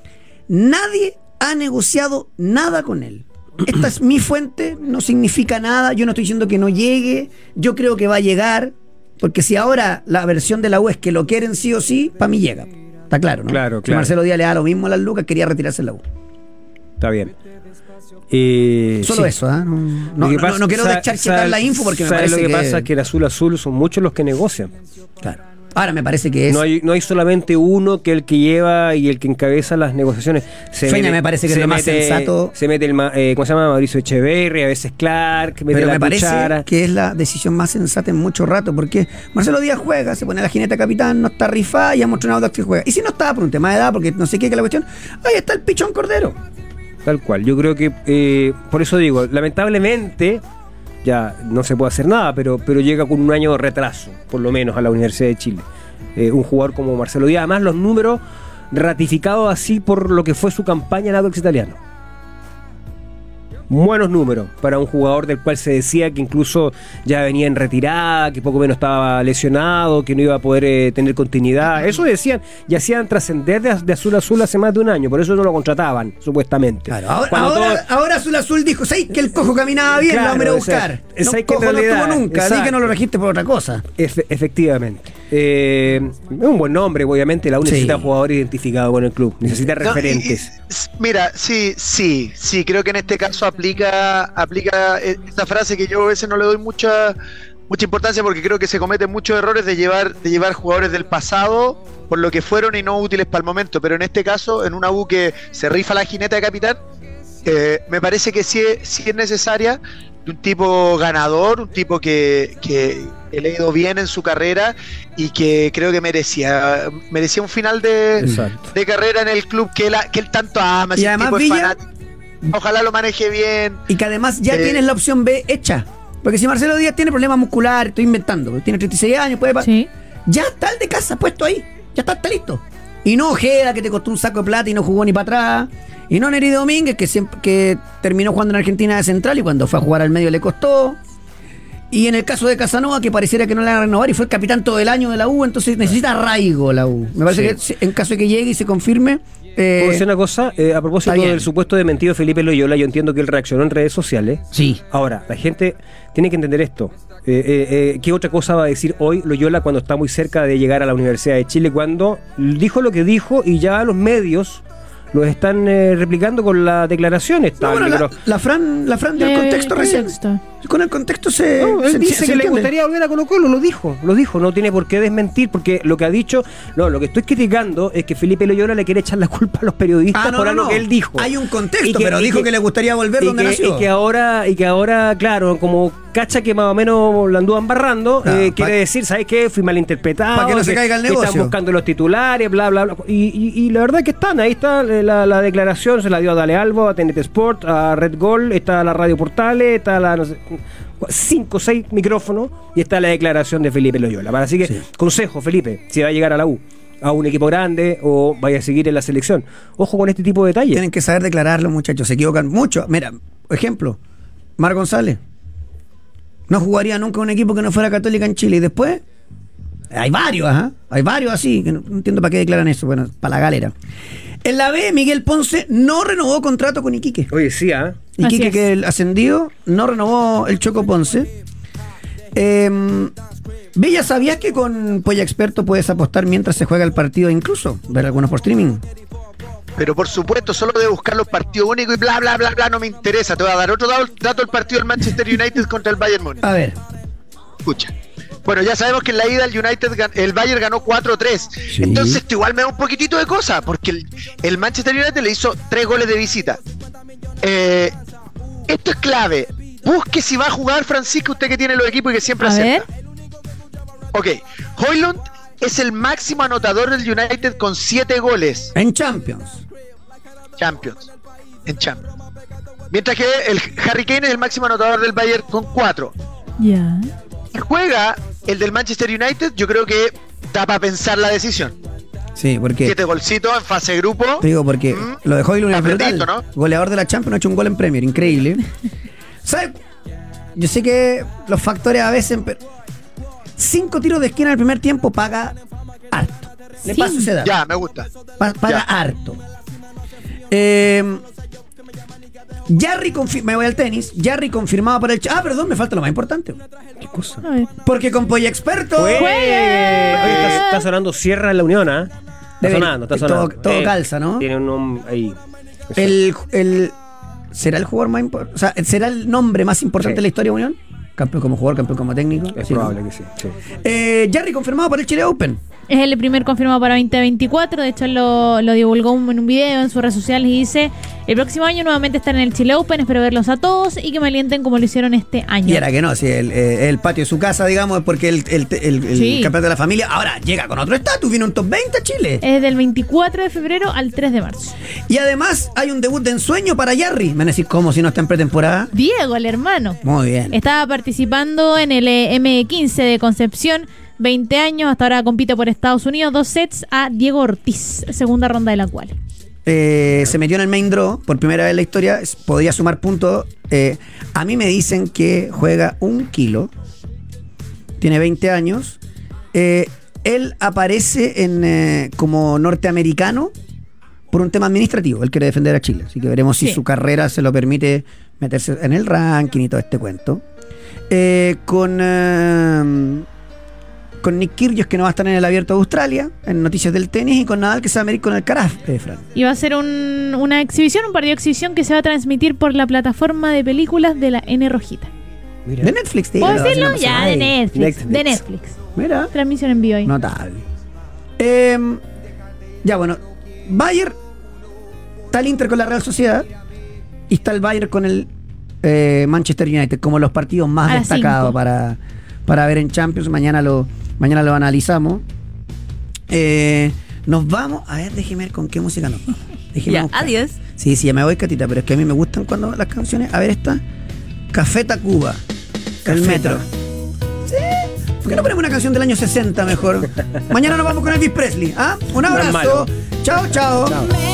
Nadie ha negociado nada con él. Esta es mi fuente, no significa nada. Yo no estoy diciendo que no llegue. Yo creo que va a llegar. Porque si ahora la versión de la U es que lo quieren sí o sí, para mí llega. Está claro, ¿no? Claro, Si claro. Marcelo Díaz le da lo mismo a las Lucas, quería retirarse de la U. Está bien. Eh, Solo sí. eso, ¿ah? No, no- Lo que no- pasa- no quiero sa- echar quitar sa- la info porque me ¿sabes parece lo que, que... pasa es que el azul azul son muchos los que negocian. Claro. Ahora me parece que es... No hay, no hay solamente uno que el que lleva y el que encabeza las negociaciones. Feña me parece que es se lo más mete- sensato. Se mete el, ma- eh, ¿cómo se llama? Mauricio Echeverri, a veces Clark, mete Pero la me parece cuchara. que es la decisión más sensata en mucho rato, porque Marcelo Díaz juega, se pone a la jineta capitán, no está rifada y ha mostrado que juega. Y si no estaba por un tema de edad, porque no sé qué que la cuestión, ahí está el pichón cordero. Tal cual. Yo creo que, eh, por eso digo, lamentablemente, ya no se puede hacer nada, pero, pero llega con un año de retraso, por lo menos, a la Universidad de Chile. Eh, un jugador como Marcelo Díaz, además los números ratificados así por lo que fue su campaña en Adox Italiano. Buenos números para un jugador del cual se decía que incluso ya venía en retirada, que poco menos estaba lesionado, que no iba a poder eh, tener continuidad. Eso decían y hacían trascender de, de azul a azul hace más de un año, por eso no lo contrataban, supuestamente. ahora, Cuando todo- ahora, ahora Azul Azul dijo, ¿sabes que el cojo caminaba bien? lo Claro, vamos a ir a o sea, buscar. es- no, hay que cojo no realidad, estuvo nunca, así exacto. que no lo registre por otra cosa. Efe- efectivamente. Eh, es un buen nombre, obviamente. La U Sí. necesita jugador identificado con el club. Necesita No, referentes. y- y- s- mira, sí, sí, sí, creo que en este caso aplica, aplica eh, esta frase que yo a veces no le doy mucha, mucha importancia porque creo que se cometen muchos errores de llevar, de llevar jugadores del pasado por lo que fueron y no útiles para el momento. Pero en este caso, en una U que se rifa la jineta de capitán, eh, me parece que sí, es- sí es necesaria de un tipo ganador, un tipo que, que que le ha ido bien en su carrera y que creo que merecía, merecía un final de, Exacto. de carrera en el club que él, ha- que él tanto ama. Y si el además tipo es Villa- fanático. Ojalá lo maneje bien. Y que además ya Eh. tienes la opción B hecha. Porque si Marcelo Díaz tiene problemas musculares, estoy inventando, tiene 36 años, puede pasar. Sí. Ya está el de casa puesto ahí. Ya está, está listo. Y no Ojeda, que te costó un saco de plata y no jugó ni para atrás. Y no Neri Domínguez, que, siempre, que terminó jugando en Argentina de central y cuando fue a jugar al medio le costó. Y en el caso de Casanova, que pareciera que no le van a renovar y fue el capitán todo el año de la U, entonces necesita arraigo la U. Me parece Sí. que si- en caso de que llegue y se confirme. eh, Puedo decir una cosa, Eh, a propósito está bien. del supuesto de mentido Felipe Loyola, yo entiendo que él reaccionó en redes sociales. sí. Ahora, la gente tiene que entender esto. Eh, eh, eh, ¿Qué otra cosa va a decir hoy Loyola cuando está muy cerca de llegar a la Universidad de Chile? Cuando dijo lo que dijo y ya los medios los están eh, replicando con las declaraciones. No, Está bueno, la, libro- la Fran, la Fran dio el Eh, contexto recién. contexto. Con el contexto se. No, él Eh, se- dice se que le entiende. gustaría volver a Colo Colo, lo dijo, lo dijo, no tiene por qué desmentir, porque lo que ha dicho, no, lo que estoy criticando es que Felipe Loyola le quiere echar la culpa a los periodistas Ah, no, por no, algo no. que él dijo. Hay un contexto, Y pero y dijo que le gustaría volver y donde que- nació. Y que ahora, y que ahora, claro, como cacha que más o menos lo anduvan barrando, Ah, eh, pa- quiere decir, ¿sabes qué? Fui malinterpretado. Pa' que no se caiga el negocio. Están buscando los titulares, bla, bla, bla. Y, y- y la verdad es que están, ahí está eh, la, la declaración, se la dio a Dale Albo, a TNT Sport, a Red Gol, está la Radio Portales, está la, no sé, cinco o seis micrófonos y está la declaración de Felipe Loyola. Así que, consejo, Felipe, si va a llegar a la U, a un equipo grande o vaya a seguir en la selección, ojo con este tipo de detalles. Tienen que saber declararlo, muchachos. Se equivocan mucho. Mira, ejemplo, Mar González. No jugaría nunca en un equipo que no fuera católica en Chile. Y después, hay varios, ajá. Hay varios así. Que no, no entiendo para qué declaran eso. Bueno, para la galera. En la B, Miguel Ponce no renovó contrato con Iquique. Oye, sí, ¿ah? Así Iquique, es. que el ascendido, no renovó el Choco Ponce. Eh, Bella, ¿sabías que con Polla Experto puedes apostar mientras se juega el partido, incluso ver algunos por streaming? Pero por supuesto, solo de buscar los partidos únicos y bla, bla, bla, bla, no me interesa. Te voy a dar otro dado- dato del partido del Manchester United contra el Bayern Múnich. A ver, Escucha. Bueno, ya sabemos que en la ida el United gan- el Bayern ganó 4-3. Sí. Entonces, esto igual me da un poquitito de cosa, porque el, el Manchester United le hizo tres goles de visita. Eh, esto es clave. Busque si va a jugar Francisco, usted que tiene los equipos y que siempre A acepta. ver. Ok, Hoylund es el máximo anotador del United con 7 goles En Champions. Champions. En Champions. Mientras que el Harry Kane es el máximo anotador del Bayern con 4. Ya. Juega el del Manchester United, yo creo que da para pensar la decisión. Sí, porque. 7 golcitos en fase de grupo. Te digo, porque Mm. lo dejó Hoylund es Está brutal. apretadito, ¿no? Goleador de la Champions, ha hecho un gol en Premier, increíble. ¿Sabes? Yo sé que los factores a veces. Pero cinco tiros de esquina en el primer tiempo paga harto. Le Sí. pasa a esa edad. Ya, me gusta. Pa- paga Ya. harto. Eh, Jarry confi- me voy al tenis. Jarry confirmado para el. Ch- ah, perdón, me falta lo más importante. ¿Qué cosa? A ver. Porque con Polla Experto. ¡Oye! Debería- Oye, está, está sonando Sierra en la Unión, ¿ah? Está sonando, está sonando. Todo, todo Eh, calza, ¿no? Tiene un nombre ahí. El, el- ¿Será el jugador más impor- o sea, ¿Será el nombre más importante Sí. de la historia de Unión? Campeón como jugador, campeón como técnico. Es Sí, ¿no? probable que sí. sí. Eh, Jarry confirmado para el Chile Open. Es el primer confirmado para 2024. De hecho, lo, lo divulgó un- en un video en sus redes sociales y dice: El próximo año nuevamente estar en el Chile Open. Espero verlos a todos y que me alienten como lo hicieron este año. Y ahora que no, si el, eh, el patio de su casa, digamos, es porque el, el, el- el Sí. campeonato de la familia ahora llega con otro estatus, viene un top 20 a Chile. Eh. Es del 24 de febrero al 3 de marzo. Y además hay un debut de ensueño para Jarry. Me van a decir, ¿cómo si no está en pretemporada? Diego, el hermano. Muy bien. Estaba participando en el eh, M15 de Concepción, 20 años, hasta ahora compite por Estados Unidos, dos sets a Diego Ortiz, segunda ronda de la cual. Eh, se metió en el main draw por primera vez en la historia. s- Podría sumar puntos. Eh, a mí me dicen que juega un kilo. Tiene 20 años. Eh, él aparece en, eh, como norteamericano por un tema administrativo. Él quiere defender a Chile. Así que veremos si Sí. su carrera se lo permite meterse en el ranking y todo este cuento. Eh, con, eh, con Nick Kyrgios que no va a estar en el Abierto de Australia, en Noticias del Tenis, y con Nadal que se va a medir con el Caraz, eh, Fran. Y va a ser un- una exhibición, un partido de exhibición que se va a transmitir por la plataforma de películas de la N Rojita. Mira. De Netflix, tío. ¿Puedo no, decirlo? si no pasa Ya, de nada. Netflix. Netflix. De Netflix. Mira, Transmisión en vivo ahí. notable. Em, ya, bueno. Bayern. Está el Inter con la Real Sociedad. Y está el Bayern con el eh, Manchester United. Como los partidos más A las destacados cinco. para, para ver en Champions. Mañana lo, mañana lo analizamos. Eh, nos vamos. A ver, déjeme ver con qué música nos vamos. Déjeme Ya, buscar. adiós. Sí, sí, ya me voy, Catita, pero es que a mí me gustan cuando las canciones. A ver, esta. Café Tacuba. El metro. Sí. ¿Por qué no ponemos una canción del año 60 mejor? Mañana nos vamos con Elvis Presley. ¿Ah? Un No es abrazo. malo. chao. chao. Chao. Me